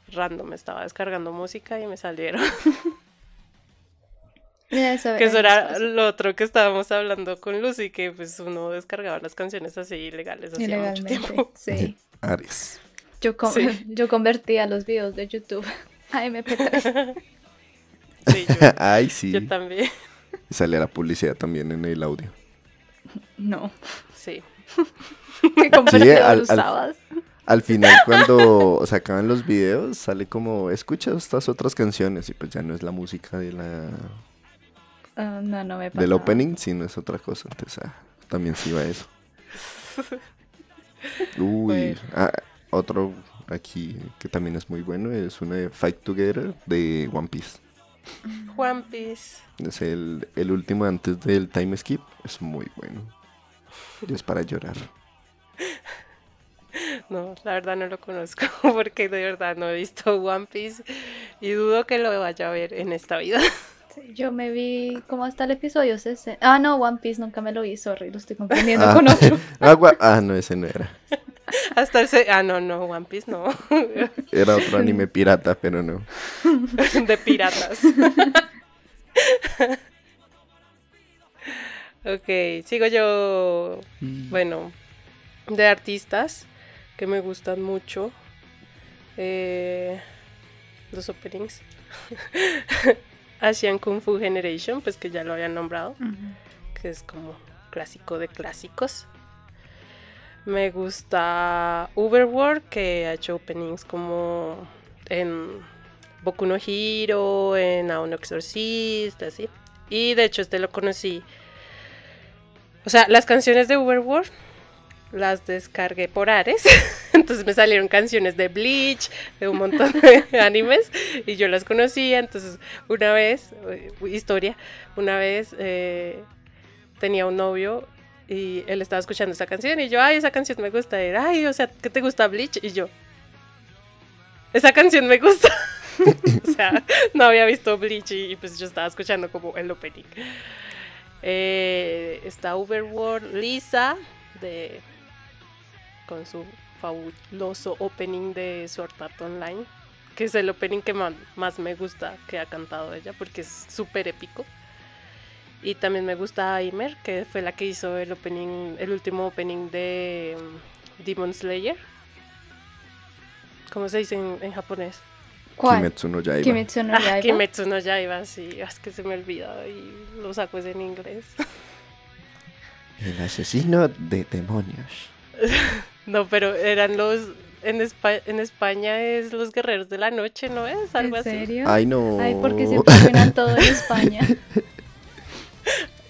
A: random me estaba descargando música y me salieron.
C: Mira, eso
A: que eso era
C: eso.
A: lo otro que estábamos hablando con Lucy, que pues uno descargaba las canciones así ilegales hacía mucho
C: Ilegalmente.
A: tiempo.
C: Sí.
D: Ares.
C: Yo, con-
A: Sí.
C: yo convertía los videos de YouTube a MP3.
A: Sí, yo,
D: Ay, sí.
A: yo también.
D: Y sale la publicidad también en el audio.
C: No.
A: Sí.
C: ¿Qué convertidor
D: al- al-
C: usabas?
D: Al final, cuando se acaban los videos, sale como, escucha estas otras canciones. Y pues ya no es la música de la,
C: Ah, no, no me pasaba.
D: del opening, sino es otra cosa. Entonces, ah, también sí va eso. Uy,
A: Bueno.
D: ah, otro aquí que también es muy bueno es uno de Fight Together de One Piece.
A: One Piece.
D: Es el, el último antes del time skip. Es muy bueno. Y es para llorar.
A: No, la verdad no lo conozco porque de verdad no he visto One Piece y dudo que lo vaya a ver en esta vida.
C: Sí, Yo me vi como hasta el episodio 60. Ah, no, One Piece nunca me lo vi, sorry, lo estoy confundiendo
D: Ah.
C: con otro.
D: Agua. Ah, no, ese no era.
A: Hasta el... se- Ah, no, no, One Piece no.
D: Era otro anime pirata, pero no.
A: de piratas. ok, sigo yo. Bueno, de artistas que me gustan mucho. eh, los openings. Asian Kung Fu Generation, pues que ya lo habían nombrado que es como clásico de clásicos. Me gusta Uberworld, que ha hecho openings como en Boku no Hero, en A un Exorcista, así. Y de hecho este lo conocí. O sea, las canciones de Uberworld las descargué por Ares. Entonces me salieron canciones de Bleach, de un montón de animes, y yo las conocía. Entonces una vez, eh, historia, una vez... eh, tenía un novio y él estaba escuchando esa canción y yo, ay, esa canción me gusta. Y él, ay, o sea, ¿qué te gusta Bleach? Y yo, esa canción me gusta. o sea, no había visto Bleach y, y pues yo estaba escuchando como el opening. Eh, está Overworld Lisa de con su fabuloso opening de Sword Art Online, que es el opening que ma- más me gusta que ha cantado ella porque es súper épico. Y también me gusta Aimer, que fue la que hizo el opening, el último opening de mm, Demon Slayer. ¿Cómo se dice en, en japonés?
C: ¿Cuál?
D: Kimetsu no Yaiba.
C: Kimetsu no
A: Ah,
C: Yaiba.
A: Kimetsu no Yaiba, sí. Es que se me olvidó y lo saco es en inglés.
D: El asesino de demonios.
A: No, pero eran los... En, Espa- en España es los guerreros de la noche, ¿no es? Algo
C: ¿En
A: así.
C: serio?
D: Ay, no.
C: Ay, porque siempre suenan todo en España.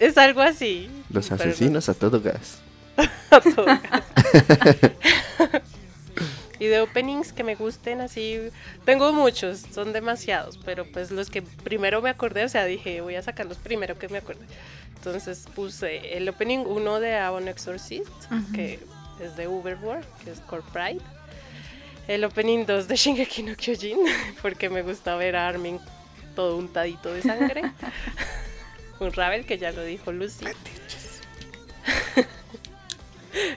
A: Es algo así.
D: Los
A: pero no-
D: asesinos a todo gas.
A: a todo gas. y de openings que me gusten así, tengo muchos, son demasiados, pero pues los que primero me acordé, o sea, dije, voy a sacar los primero que me acordé. Entonces puse el opening 1 de Avon Exorcist,
B: Ujú.
A: que es de Uberworld, que es Core Pride. El opening 2 de Shingeki no Kyojin, porque me gusta ver a Armin todo untadito de sangre. Un Ravel, que ya lo dijo Lucy.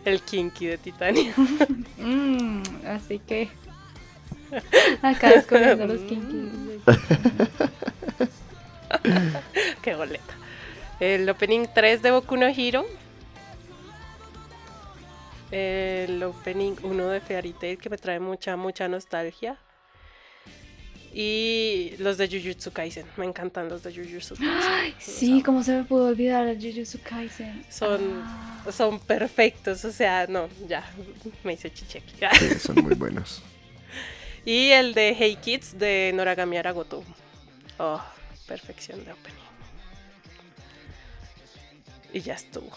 A: El Kinky de Titania.
C: Mm, así que. Acá descubriendo los kinky.
A: Qué boleta. El opening 3 de Boku no Hero. El opening 1 de Fairy Tail que me trae mucha, mucha nostalgia. Y los de Jujutsu Kaisen. Me encantan los de Jujutsu Kaisen. Los
C: Sí,
A: amo.
C: como se me pudo olvidar el Jujutsu Kaisen.
A: Son-
C: Ah.
A: Son perfectos. O sea, no, ya. Me hice chichequi.
D: Sí, son muy buenos.
A: Y el de Hey Kids de Noragami Aragoto. Oh, perfección de opening. Y ya estuvo.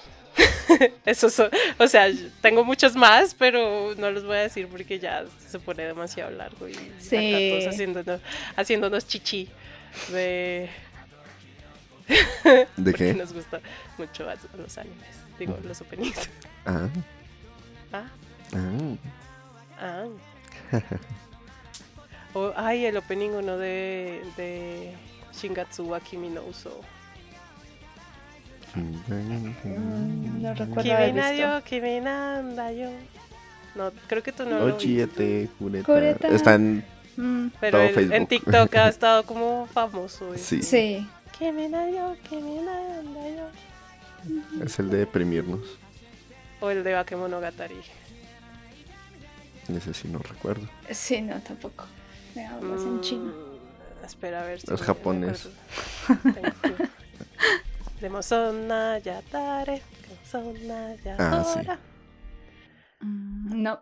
A: Esos son- o sea, tengo muchos más, pero no los voy a decir porque ya se pone demasiado largo y
C: Sí.
A: acá todos haciéndonos, haciéndonos chichi de
D: ¿De
A: porque
D: qué?
A: nos gusta mucho los animes, digo, los openings.
D: Ah,
A: Ah,
D: ah.
A: Ah. O- ay, el opening uno de, de Shingatsu wa Kimi no Uso.
C: Mm, no recuerdo haber
A: Kimi na
C: visto.
A: yo, Kimi nan da yo. No, creo que tú no lo viste.
D: Ochiete, cureta.
C: Cureta.
D: Oh, Están.
C: Mm,
A: Pero
D: todo
A: él en
D: Facebook.
A: TikTok ha estado como famoso. ¿eh?
D: Sí,
C: Sí.
A: Kimi na yo, Kimi nan da yo.
D: Es el de deprimirnos.
A: O el de Bakemonogatari.
D: Ese sí no recuerdo.
C: Sí, no, tampoco. Me hablas en chino.
A: Mm, Espera a ver si
D: Los
A: me- me
D: japonés.
A: acuerdo. Tengo que- Demo sonna yatare, sonna
D: Ah, sí.
A: yatora.
C: Mm, No.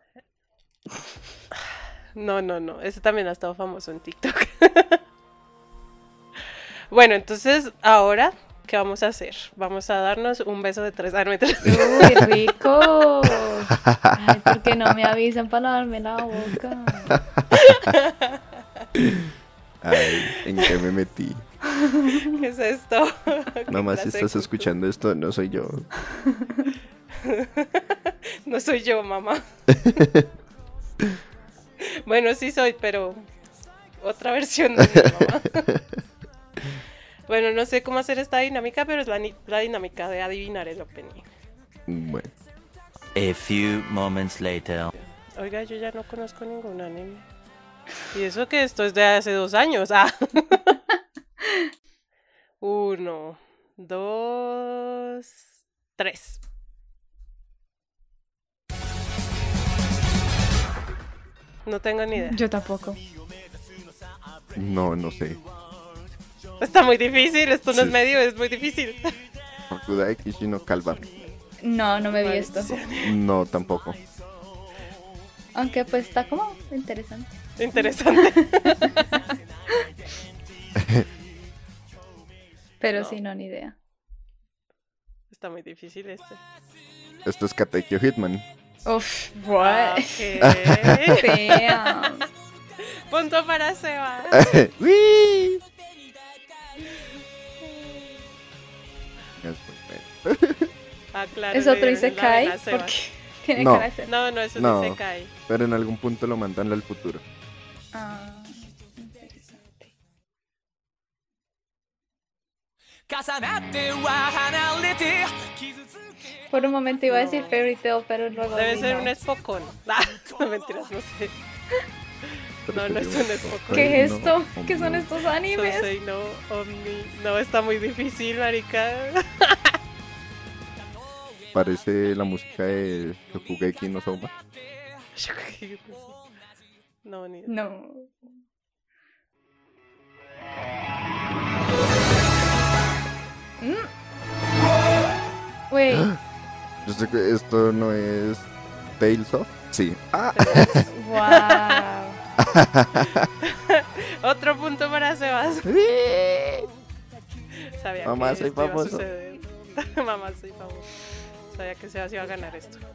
A: No, no, no. Ese también ha estado famoso en TikTok. bueno, entonces, ahora, ¿qué vamos a hacer? Vamos a darnos un beso de tres. Ah, no, mentira.
C: Uy, rico. Ay, ¿por qué no me avisan para lavarme la boca?
D: Ay, ¿en qué me metí?
A: ¿Qué es esto?
D: Mamá,
A: ¿Qué clase
D: si
A: de
D: estás
A: cultura?
D: escuchando esto, no soy yo.
A: No soy yo, mamá. bueno, sí soy, pero otra versión de mi mamá. bueno, no sé cómo hacer esta dinámica, pero es la, ni- la dinámica de adivinar el opening.
D: Bueno,
E: A few moments later.
A: Oiga, yo ya no conozco ningún anime. Y eso que esto es de hace dos años. Ah. Uno, dos, tres. No tengo ni idea.
C: Yo tampoco.
D: No, no sé.
A: Está muy difícil, esto no
D: Sí.
A: es medio, es muy difícil.
D: Hakudai Kishino Kalba.
C: No, no me vi esto.
D: No, tampoco.
C: Aunque pues está como interesante.
A: Interesante.
C: Pero
A: No.
C: sí, no, ni idea.
A: Está muy difícil este.
D: Esto es Katekyo Hitman.
C: Uf,
A: Ah,
C: what?
A: ok.
C: Damn.
A: Punto para Seba.
D: ¡Wii! Es muy bueno.
A: Ah, claro.
C: Es
A: le
C: otro
A: dieron la
C: Isekai.
A: vela a Seba.
C: Porque tiene
D: No.
C: cara de ser.
A: No, no, eso
D: No.
A: no se cae.
D: Pero en algún punto lo mandan al futuro.
C: Ah, interesante.
E: 重なっては離れて傷つけ
C: Por un momento iba a decir
A: No.
C: fairy tale, pero luego.
A: Debe
C: vi,
A: ser
C: no.
A: un espocón. Ah, no mentiras, no sé. No, no es un Espocón.
C: ¿Qué es
D: No,
C: esto?
D: hombre.
C: ¿Qué son estos
A: Sosei
C: animes?
A: no Omni. No, está muy difícil, marica.
D: Parece la música de Shokugeki no Soma.
A: Yo qué sé. No, ni.
C: No. Mm. Wey,
D: Yo sé que esto no es Tales of. Sí. Ah,
C: wow.
A: Otro punto para Sebas. Sabía
D: Mamá,
A: que
D: soy
A: esto iba a
D: famoso.
A: suceder. Mamá, soy famoso. Sabía que Sebas iba a ganar esto.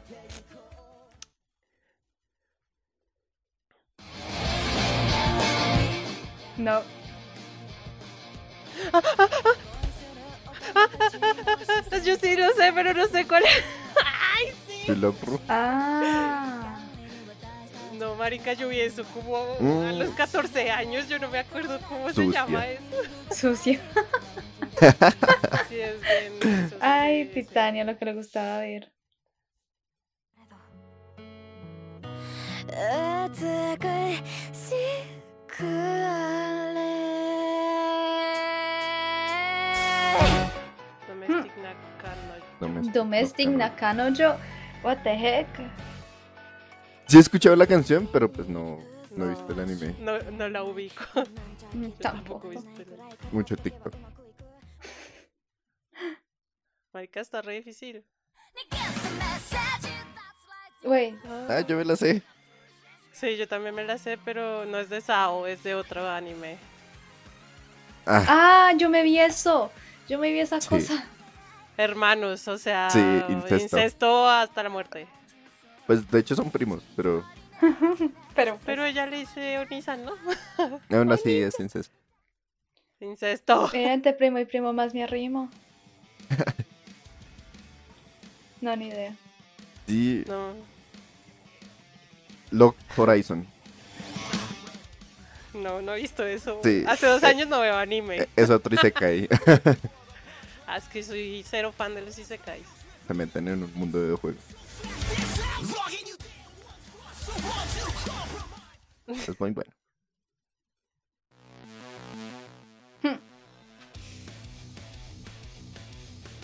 C: No.
A: Yo sí lo sé, pero no sé cuál es.
D: sí lo pro-
C: Ah.
A: No, marica, yo vi eso como a
D: Mm.
A: los 14 años. Yo no me acuerdo cómo se
D: Sucia.
A: llama eso.
C: Sucia.
A: Sí, es bien. eso sí,
C: Ay,
A: sí, sí.
C: Titania, lo que le gustaba ver.
E: 美しくあれ
A: Domestic Nakano.
D: no me-
C: Domestic
D: no, no.
C: Nakano yo. What the heck?
D: Sí he escuchado la canción, pero pues no, no he visto el anime.
A: No, no la ubico.
C: Mm,
A: Yo tampoco he
C: Tampoco.
A: visto el anime.
D: Mucho TikTok.
A: Marica, está re difícil.
C: Wey,
D: Ah, yo me la sé.
A: Sí, yo también me la sé, pero no es de Sao, es de otro anime.
D: Ah,
C: Ah, yo me vi eso. Yo me vi esa
D: Sí.
C: cosa.
A: Hermanos, o sea,
D: Sí, incesto.
A: incesto hasta la muerte.
D: pues de hecho son primos, pero
C: Pero,
A: Pero pues, ella le dice Onisan, ¿no?
D: aún así es incesto.
A: Incesto.
C: era entre primo y primo más me arrimo. No, ni idea.
D: Sí,
A: No,
D: Lock Horizon.
A: no, no he visto eso.
D: Sí.
A: Hace dos
D: Eh,
A: años no veo anime.
D: Eh, Es otro Isekai.
A: Ah, es que soy cero fan de los Isekais.
D: Se meten en un mundo de videojuegos. Es muy bueno.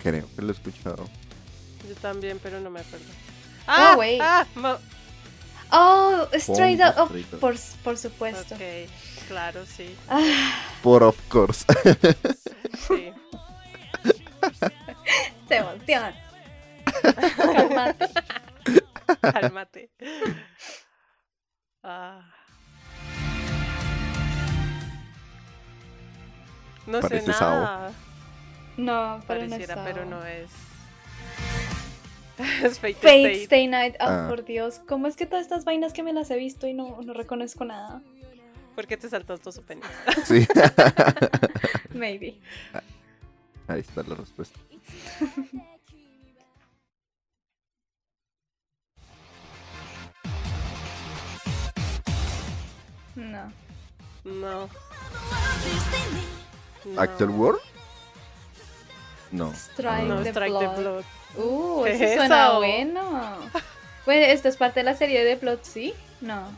D: Creo que lo he escuchado.
A: Yo también, pero no me acuerdo.
C: Ah, güey.
A: ah, mo-
C: Oh, Straight Out.
D: Pongo
C: of-
D: Straight Out.
C: por, por supuesto.
A: ok, claro, sí,
C: Ah.
D: Por of course.
A: sí.
C: Sebastián. Calmate.
A: Cálmate. Ah. No
D: Parece
A: sé
D: Sao.
A: nada.
C: No, pero no
A: Pareciera,
C: es
A: pero
C: Sao.
A: no es. Es Fate,
C: Fate
A: Stay.
C: Stay Night. Oh,
D: Ah.
C: por Dios. ¿Cómo es que todas estas vainas que me las he visto y no, no reconozco nada?
A: ¿Por qué te saltas dos opiniones?
D: Sí.
C: Maybe.
D: Ahí está la respuesta.
C: No.
A: No. no.
D: ¿Actual World? No.
C: Strike
A: No,
C: the
A: Strike the
C: Blood.
A: Blood.
C: Uh,
A: ¿Qué
C: eso
A: es
C: suena
A: eso?
C: bueno. Bueno, esta es parte de la serie de plot, ¿sí? No.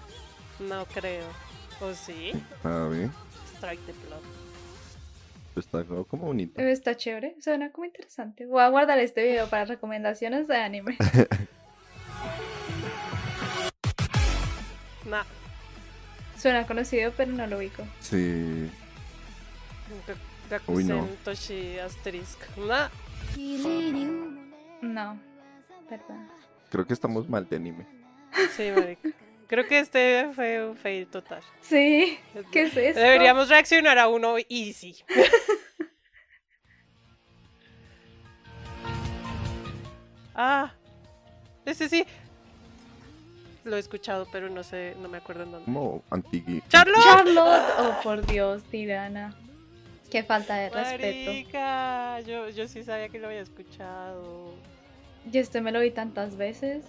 A: No creo. ¿O sí?
D: A ver,
A: Strike the plot.
D: está como bonito.
C: Eh, Está chévere, suena como interesante. Voy a guardar este video para recomendaciones de anime.
A: Nah,
C: Suena conocido, pero no lo ubico.
D: Sí.
A: Gak-
D: Uy, no.
A: Gakusen Toshi Asterisk. Nah,
C: No, perdón.
D: Creo que estamos mal de anime.
A: sí, marica. Creo que este fue un fail total.
C: Sí, ¿qué es esto?
A: Deberíamos reaccionar a uno easy. ah, este sí. Lo he escuchado, pero no sé, no me acuerdo en dónde.
D: Como antigui.
A: ¡Charlotte!
C: Charlotte, oh por Dios, tirana. Qué falta de respeto.
A: Marica, yo, yo sí sabía que lo había escuchado.
C: Yo este me lo vi tantas veces,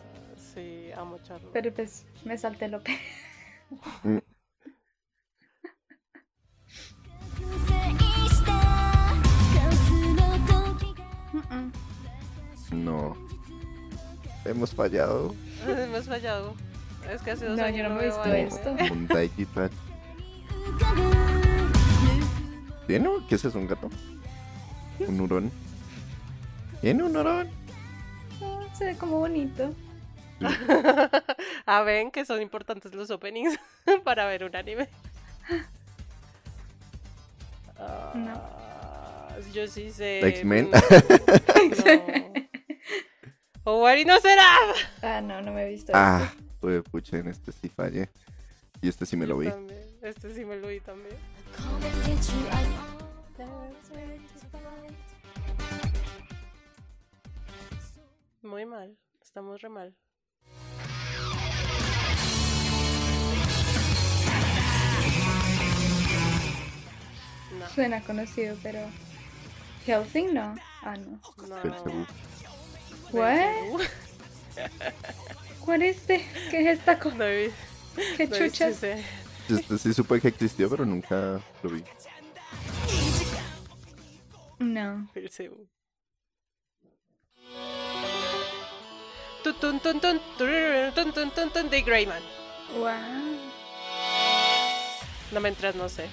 A: Sí, amo Charlotte.
C: pero pues me salté lo peor. Mm-mm.
D: No. Hemos fallado.
A: Hemos fallado. Es que hace dos
C: No,
A: años
C: yo no me he
A: veo
C: visto
A: a
D: Como
A: ese.
C: esto.
D: un Daiki Pat. ¿Tiene? un- ¿Qué es eso? ¿Un gato? ¿Un hurón? ¿Tiene un hurón?
C: Oh, se ve como bonito.
A: ah, ven que son importantes los openings para ver un anime. Ah, Yo sí sé.
D: X-Men.
A: O Wari no será.
C: Ah, no, no me he visto esto.
D: Ah, pues pucha, en este sí fallé. Y este sí me lo vi.
A: También, Este sí me lo vi también. Muy mal. Estamos re mal. No,
C: Suena conocido, pero. Helsing no. Ah, no.
A: no.
D: Belcebú.
C: ¿What?
A: Belcebú.
C: ¿Cuál es este? ¿Qué es esta cosa?
A: No he vi-
C: ¿Qué
A: no he visto
C: chuchas?
A: ese.
D: Este sí supe que existió, pero nunca lo vi.
C: No.
A: Belcebú. Tun, tun, tun, tun, turururu, tun, tun, tun, tun, de Greyman.
C: Wow.
A: No me entras, no sé.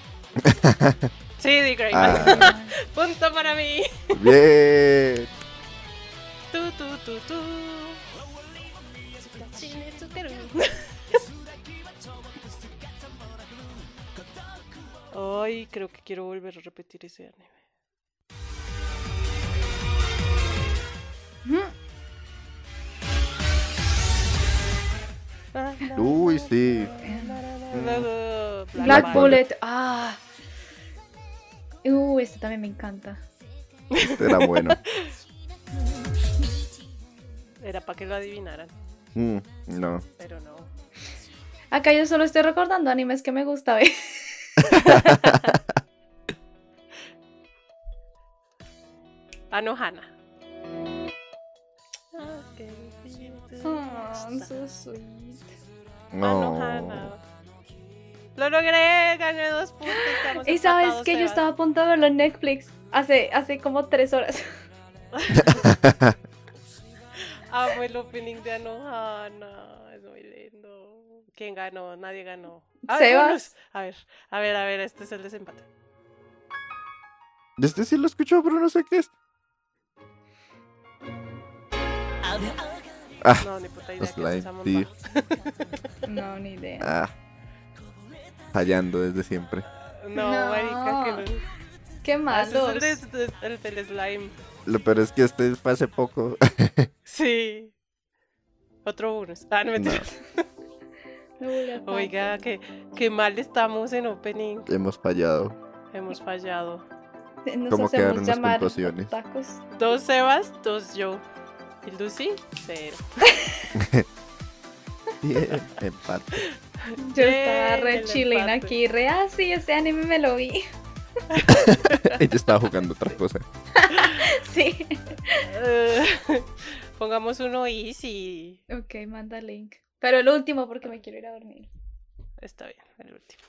A: Sí, de Greyman.
D: Ah,
A: Punto para mí.
D: bien.
A: Tu, tu, tu, tu. Ay, creo que quiero volver a repetir ese anime. Ah,
D: Uy, Mm. sí.
C: Black
D: Black
C: Bullet. Ah. Uh, este también me encanta.
D: Este era bueno.
A: Era para que lo adivinaran,
D: Mm, no.
A: pero no.
C: Acá yo solo estoy recordando animes que me gusta ¿eh? ver. Ah,
A: Anohana. Ah,
C: Oh, so sweet.
D: No.
A: Lo logré, gané dos puntos. estamos
C: Y sabes
A: empatados,
C: que yo
A: Sebas.
C: estaba a punto de verlo en Netflix hace, hace como tres horas.
A: Amo el opening de Anohana. Es muy lindo. ¿Quién ganó? Nadie ganó. A ver,
C: Sebas.
A: vámonos. A ver, a ver, a ver, este es el desempate.
D: Este sí lo escuchó, pero no sé qué es. Ah,
A: No, ni puta idea.
D: los
A: que es
D: Slime
A: esa
D: Thief.
A: mamba.
C: No, ni idea.
D: Ah. Fallando desde siempre.
A: No,
C: No.
A: marica, que lo...
C: Qué
A: Ah, ese
C: malos.
A: es el, de- el del slime.
D: Lo peor es que este fue hace poco.
A: Sí. Otro bonus. Ah, no, mentira. Oiga, que, que mal estamos en opening.
D: Hemos fallado.
A: Hemos fallado.
C: Nos
D: ¿Cómo quedaron
C: hacemos
D: las
C: llamar
D: puntuaciones?
C: otakus.
A: Dos Sebas, dos yo. Y Lucy, cero.
D: Bien, empate.
C: Yo
A: Yay,
C: estaba
A: el
C: re chilena
A: empate.
C: aquí, re así, este anime me lo vi.
D: Ella estaba jugando otra cosa.
C: Sí.
A: Eh, pongamos uno easy.
C: Ok, manda link. Pero el último porque me quiero ir a dormir.
A: Está bien, el último.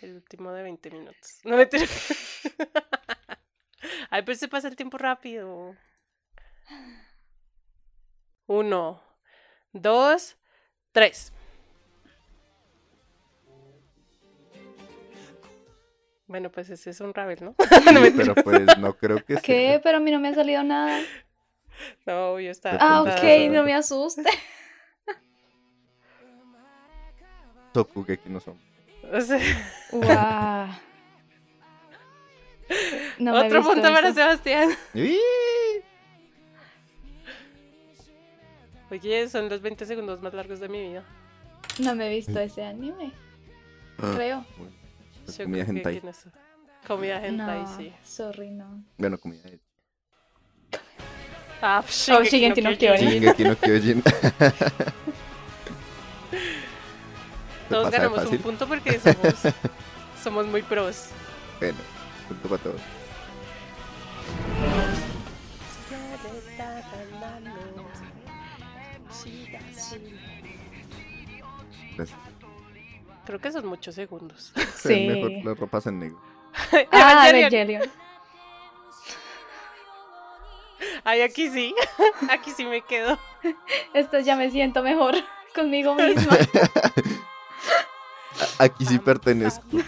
A: El último de 20 minutos. No me Ay, pero se pasa el tiempo rápido. Uno, dos, tres. Bueno, pues ese es un Ravel, ¿no? no, mentira.
D: pero pues no creo que
C: ¿Qué?
D: sea.
C: Pero a mí no me ha salido nada.
A: No, yo estaba.
C: Ah,
D: Entonces,
C: ok,
D: ah.
C: no me asuste.
D: Tokugeki no son.
A: O sea,
C: Guau. No me he
A: otro
C: visto
A: punto para
C: eso.
A: Sebastián.
D: ¡Ih!
A: Oye, son los 20 segundos más largos de mi vida.
C: No me he visto ese anime,
D: Ah.
C: creo.
D: Bueno,
A: Yo
D: pues, comida
A: creo que-
D: hentai.
A: que no sé. Comida hentai,
C: No,
A: sí.
C: sorry, no.
D: Bueno, comida hentai.
A: Ah,
C: Oh, Shingeki no Kyojin.
A: Kyojin.
D: Shingeki no Kyojin.
A: Todos
D: Te pasa de
A: ganamos un
D: fácil.
A: punto porque somos, somos muy pros.
D: Bueno, punto para todos. Gracias.
A: Creo que son muchos segundos.
C: Sí.
D: Mejor la ropa en negro.
C: Ah,
A: Evangelion.
C: Evangelion.
A: Ay, aquí sí. Aquí sí me quedo.
C: Esto ya me siento mejor conmigo misma.
D: A- Aquí sí pertenezco.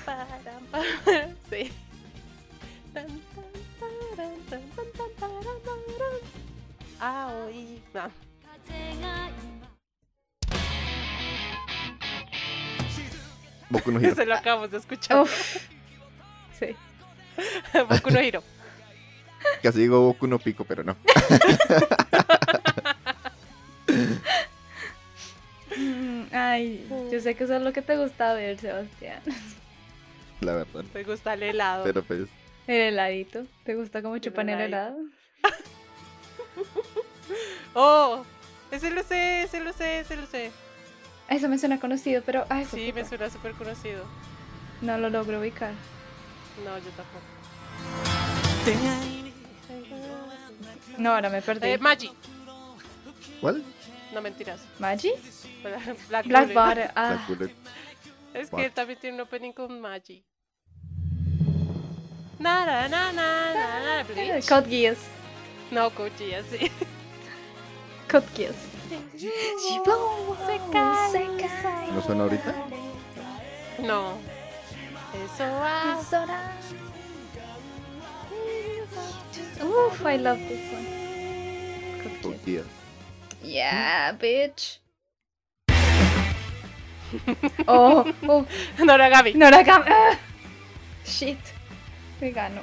A: Sí. Aoi. Ah, No.
D: Boku no Hero.
A: Se lo acabamos de escuchar.
C: Uf. Sí.
A: Boku no Hiro.
D: Casi digo Boku no Pico, pero no.
C: Mm, Ay, yo sé que eso es lo que te gusta ver, Sebastián.
D: La verdad.
A: Me gusta el helado.
D: Pero pues,
C: El heladito. ¿Te gusta cómo chupan el helado?
A: heladito. Oh, ese lo sé, ese lo sé, ese lo sé.
C: Eso me suena conocido, pero. Ay,
A: Sí, me
C: puta,
A: suena súper conocido.
C: No lo logro ubicar.
A: No, yo tampoco.
C: No, ahora me perdí.
A: Eh, Magi.
D: ¿cuál?
A: No mentiras.
C: ¿Magi?
A: Black,
C: Black
A: Bullet.
C: Butter.
D: La
C: Ah,
D: Bullet.
A: Es que
D: Butter.
A: él también tiene un opening con Magi. Na, na, na, na, na, na, Bleach.
C: Code Geass.
A: No, Koji, así.
C: Code Geass.
D: ¿No suena ahorita?
A: No. Eso va.
C: Uf, I love this one.
D: Por día.
C: Yeah, bitch. Oh, oh,
A: Nora Gaby.
C: Noragami. Ah. Shit. Me ganó.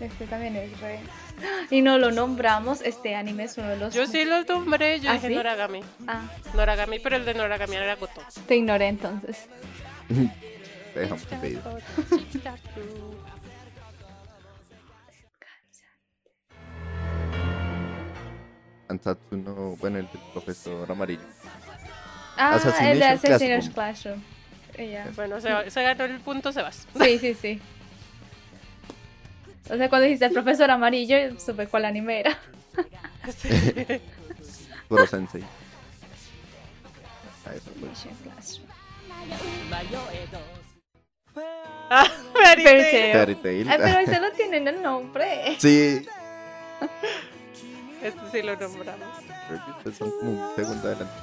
C: Este también es re. Y no lo nombramos. Este anime es uno de los.
A: Yo sí los nombré, yo
C: ¿Ah,
A: dije
C: sí?
A: Noragami.
C: Ah,
A: Noragami, pero el de Noragami era Goto.
C: te ignoré entonces.
D: Te dejamos tu pedido. Ansatsu no. Bueno, el del profesor amarillo.
C: Ah, el de
D: Assassination
C: Assassination Classroom. Ya.
A: Bueno, se, se ganó el punto, Sebas.
C: Sí, sí, sí. O sea, cuando dijiste el profesor amarillo, supe cuál anime era.
A: Sí.
D: Puro sensei. Ahí está, pues.
A: Ah, Fairy
C: Fairy
A: Tail.
C: Tail.
D: Fairy
C: Ay, pero
D: Tail.
C: ahí se lo tienen el nombre.
D: Sí.
A: Este sí lo nombramos.
D: Creo que ustedes son como un segundo adelante.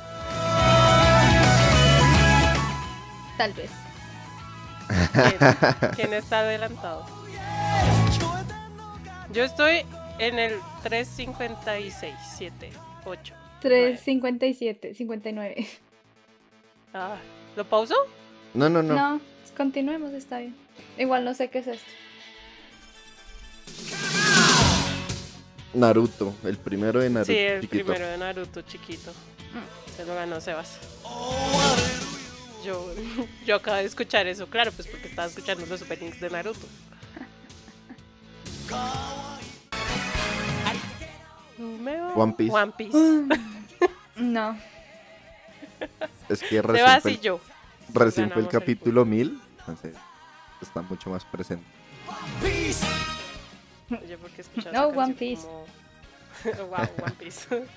C: Tal vez.
A: ¿Quién, quién está adelantado? Yo estoy en el 356, 7, 8.
C: 357, 59.
A: Ah, ¿Lo pauso?
D: No, no, no.
C: No. continuemos, está bien. Igual no sé qué es esto.
D: Naruto. El primero de Naruto.
A: sí, el
D: chiquito.
A: primero de Naruto, chiquito. Se lo ganó Sebas. Yo, yo acabo de escuchar eso, claro, pues porque estaba escuchando los openings de Naruto.
D: One Piece.
A: One Piece.
C: No.
D: Es que recién
A: Sebas
D: fue
A: y
D: el-
A: yo.
D: Recién fue el
A: Ganamos el
D: capítulo 1000, entonces está mucho más presente.
A: Oye, porque escuchaba
C: No,
A: esa
C: One
A: canción como- wow, One Piece.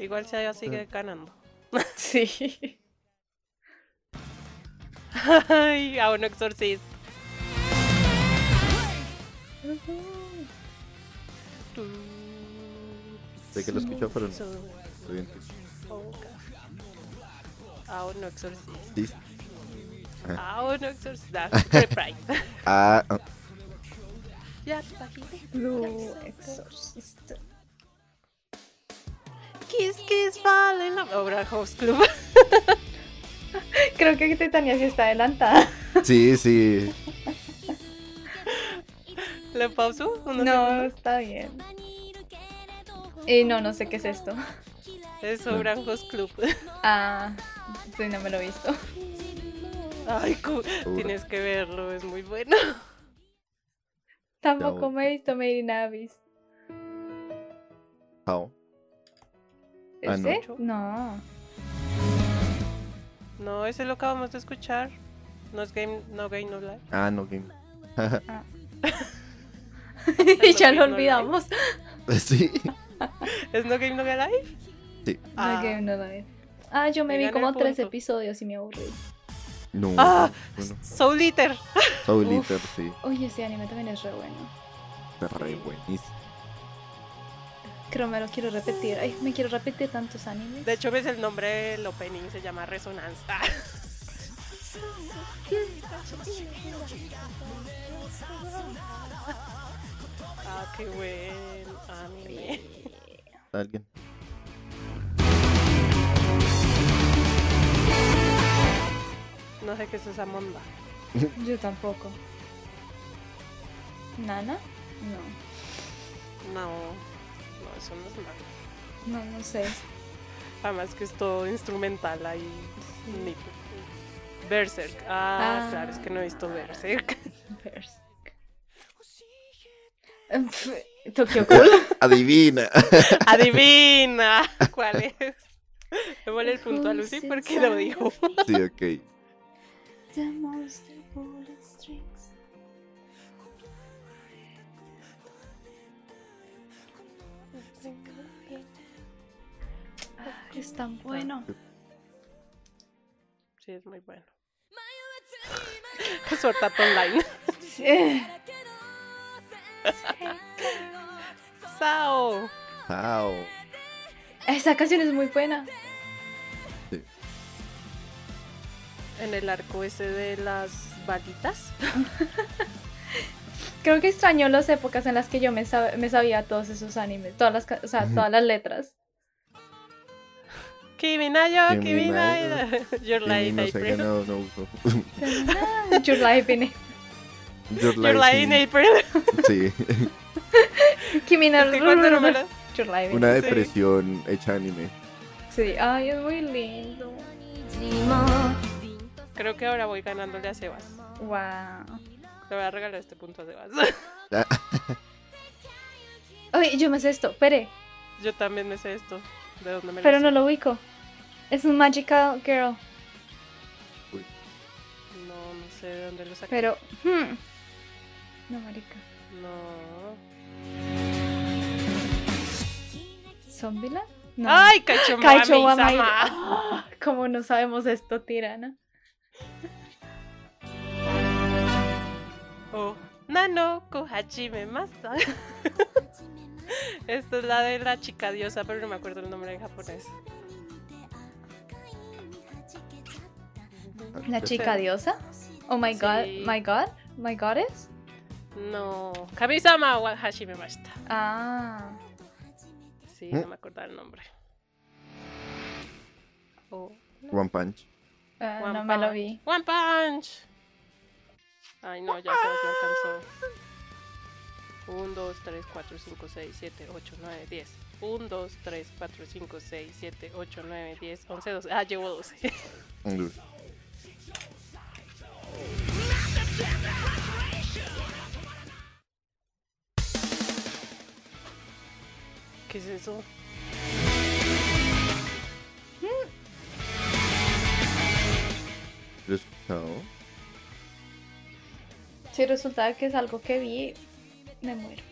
A: Igual se sigue ganando.
C: Sí.
A: Ay, a un exorcista. Tu,
D: Sé que lo escuchó, pero no.
A: So-
D: Estoy bien.
A: Ah, no exorcista.
D: Sí.
A: Ah, no exorcista. Reprise.
D: Ah, ah,
A: Ya, bajé.
C: Blue Exorcist.
A: Kiss Kiss Fall in Love. Obra House Club.
C: Creo que Titania sí está adelantada.
D: sí, sí.
A: ¿Le pauso? Unos
C: No,
A: segundos.
C: está bien. Y no, no sé qué es esto.
A: Es Obra House Club.
C: Ah, sí, no me lo he visto.
A: Ay, cu- tienes que verlo, es muy bueno.
C: Tampoco me he visto Made in Abyss.
D: How? Ah, no.
C: ¿Ese? No.
A: No, ese lo acabamos de escuchar. No es Game No Game No Life.
D: Ah, no, game.
C: Y ya lo
A: No, no, no.
C: olvidamos.
D: sí.
A: ¿Es No Game No Life?
D: Sí.
A: Ah,
C: Ok, no lo vi. Ah, yo me
A: Me
C: vi
A: gana
C: como
A: el
C: tres
A: punto.
C: episodios y me aburrí.
D: No.
A: Ah.
D: Bueno,
A: Soul Eater.
D: Soul
C: Uf.
D: Eater, sí.
C: Oye, ese anime también es re bueno.
D: Está re buenísimo.
C: Creo me lo quiero repetir. Ay, me quiero repetir tantos animes.
A: De hecho, ves el nombre del opening, se llama Resonancia. Ah, qué Ah, buen anime.
D: ¿Alguien?
A: No sé qué es esa monda.
C: Yo tampoco. ¿Nana? No.
A: No, no, eso no es nada.
C: No, no sé.
A: Además que es todo instrumental ahí. ni- Berserk. Ah,
C: Ah.
A: claro, es que no he visto Berserk.
C: Berserk. Em, Tokyo Ghoul.
D: Adivina.
A: Adivina cuál es. Le vale el punto a Lucy porque lo dijo.
D: sí, ok.
C: Ay, Es tan bueno.
A: Sí, es muy bueno. Pues Sword Art Online.
C: Eh,
A: Sao.
D: How?
C: Esa canción es muy buena.
A: En el arco ese de las balitas.
C: Creo que extraño las épocas en las que yo me, sab- me sabía todos esos animes, todas las, ca- o sea,
D: Ujú.
C: todas las letras.
A: Kiminayo,
D: Kimi na
A: Kiminayo. Your
D: Y
A: life,
D: no
A: I
D: sé
A: pray.
D: qué, no, no uso.
C: Your Life in
D: Your
A: Your Lie in
D: Life
A: April.
D: in- Sí.
C: Kimi no
A: Es que cuando no me lo-
C: Your Life in
D: Una
A: Sí.
D: depresión hecha anime.
C: Sí, ay, es muy lindo.
A: Creo que ahora voy ganándole a Sebas.
C: Wow.
A: Le voy a regalar este punto a Sebas.
C: Oye, yo me sé esto, espere,
A: Yo también me sé esto. ¿De dónde me
C: pero
A: lo
C: no lo ubico. Es un Magical Girl,
A: sé? No, no sé de dónde lo saqué.
C: pero. hmm. No, marica.
A: No.
C: ¿Zombila? No.
A: ¡Ay, Cacho
C: Kaicho
A: Mami,
C: Wamai-
A: Sama!
C: Ah, ¿Cómo no sabemos esto, tirana?
A: Oh, Nano Kohajime Masa. Esta es la de la chica diosa, pero no me acuerdo el nombre en japonés.
C: ¿La chica diosa? Oh my god,
A: Sí.
C: my god, my goddess?
A: No. Kamisama wa Hashime Mashita.
C: Ah.
A: Sí, no me acordaba el nombre. Oh.
D: One Punch.
C: eh,
A: One
C: no me lo
A: Punch.
C: vi.
A: One Punch. Ay, no, ya se me alcanzó. 1, 2, 3, 4, 5, 6, 7, 8, 9, 10. 1, 2, 3, 4, 5, 6, 7, 8, 9, 10, 11, 12. Ah, llevo 12. ¿Qué es eso?
D: ¿Lo he escuchado?
C: Si resulta que es algo que vi, me muero.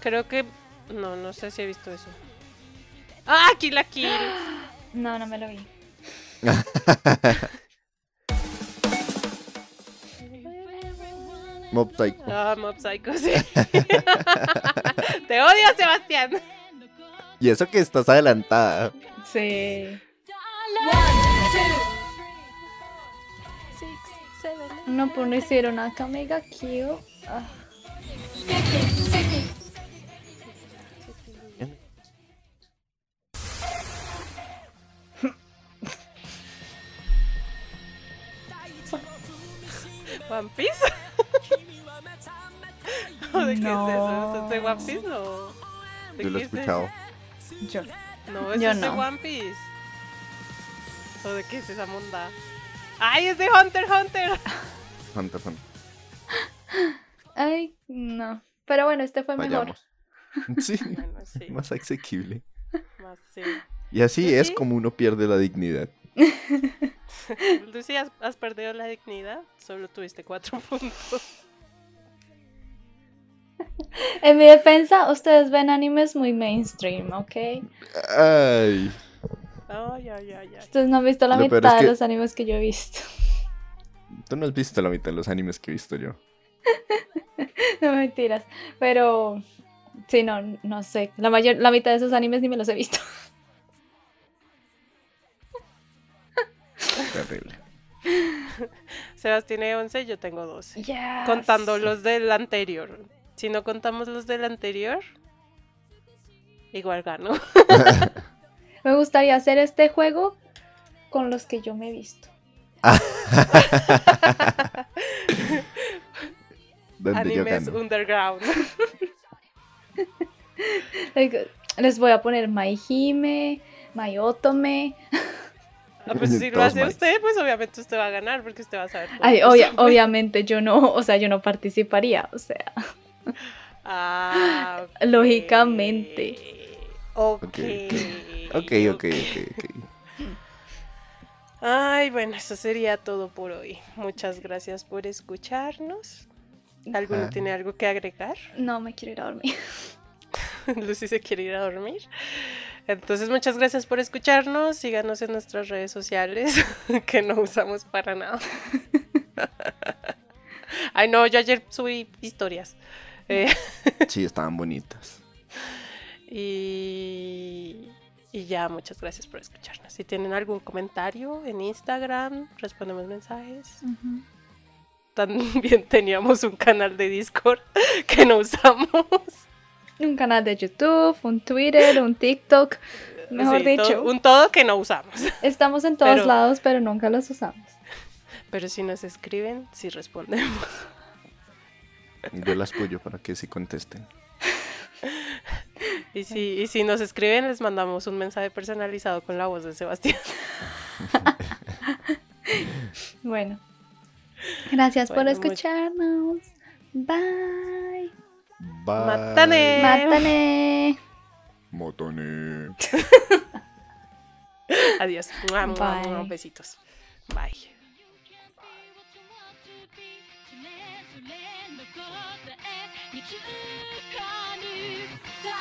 A: Creo que. No, no sé si he visto eso. ¡Ah, Kill la Kill!
C: No, no me lo vi.
D: Mob Psycho.
A: Ah, Mob Psycho, sí. Te odio, Sebastián.
D: Y eso que estás adelantada.
C: Sí. No, pues no hicieron acá mega cute. Ah.
A: One Piece. ¿O ¿De qué es eso?
C: No.
A: ¿Eso es de One Piece? No. ¿De
D: Yo lo he
A: qué es eso?
D: escuchado.
C: Yo.
A: No, eso
C: Yo
A: es de
C: no.
A: One Piece. ¿O de qué es esa monda? ¡Ay, es de Hunter x Hunter!
D: Hunter, Hunter.
C: Ay, no. Pero bueno, este fue mejor.
D: Vayamos. Sí,
A: Bueno, sí.
D: más asequible.
A: Más, sí.
D: Y así
A: Pues
D: es
A: sí.
D: como uno pierde la dignidad.
A: Lucy, ¿has, has perdido la dignidad? Solo tuviste cuatro puntos.
C: En mi defensa, ustedes ven animes muy mainstream, ¿ok?
D: Ay,
A: Ay, ay, ay, ay.
C: Ustedes no han visto la
D: Lo peor
C: mitad
D: es que-
C: de los animes que yo he visto.
D: tú no has visto la mitad de los animes que he visto yo.
C: No mentiras. Pero sí, no, no sé. La mayor, la mitad de esos animes ni me los he visto.
D: Terrible.
A: Sebas tiene 11, yo tengo 12.
C: Yes.
A: Contando los del anterior. Si no contamos los del anterior, igual gano.
C: Me gustaría hacer este juego con los que yo me he visto.
D: Donde yo
A: Animes
D: gano.
A: Underground.
C: Like, Les voy a poner My Hime, My Otome.
A: Ah, pues si lo
D: Todos
A: hace
D: mal.
A: usted, pues obviamente usted va a ganar porque usted va a saber. todo
C: Ay,
A: eso.
C: obvia- obviamente yo no, o sea, yo no participaría. O sea,
A: Ah, ok.
C: Lógicamente.
A: Ok.
D: Ok, ok, ok, ok.
A: Ay, bueno, eso sería todo por hoy. Muchas gracias por escucharnos. ¿Alguno
D: Ajá.
A: tiene algo que agregar?
C: no me quiero ir a dormir.
A: Lucy se quiere ir a dormir. Entonces, muchas gracias por escucharnos. Síganos en nuestras redes sociales, que no usamos para nada. Ay, no, yo ayer subí historias. Eh,
D: Sí, estaban bonitas.
A: y, y ya, muchas gracias por escucharnos. Si tienen algún comentario en Instagram, respondemos mensajes. También teníamos un canal de Discord que no usamos.
C: Un canal de YouTube, un Twitter, un TikTok. Mejor
A: Sí,
C: dicho,
A: todo- un todo que no usamos.
C: estamos en todos
A: pero-
C: lados, pero nunca los usamos.
A: Pero si nos escriben, sí respondemos.
D: Yo las apoyo para que sí contesten.
A: Y si, y si nos escriben, les mandamos un mensaje personalizado con la voz de Sebastián.
C: Bueno. Gracias por
A: Bueno, much-
C: escucharnos. Bye.
D: Bye.
A: Matane. Eh.
C: Mátane.
D: Matane.
A: Adiós. Mua, mua,
C: Bye.
A: mua. Besitos. Bye.
F: 「それぞれ残った永久間にさ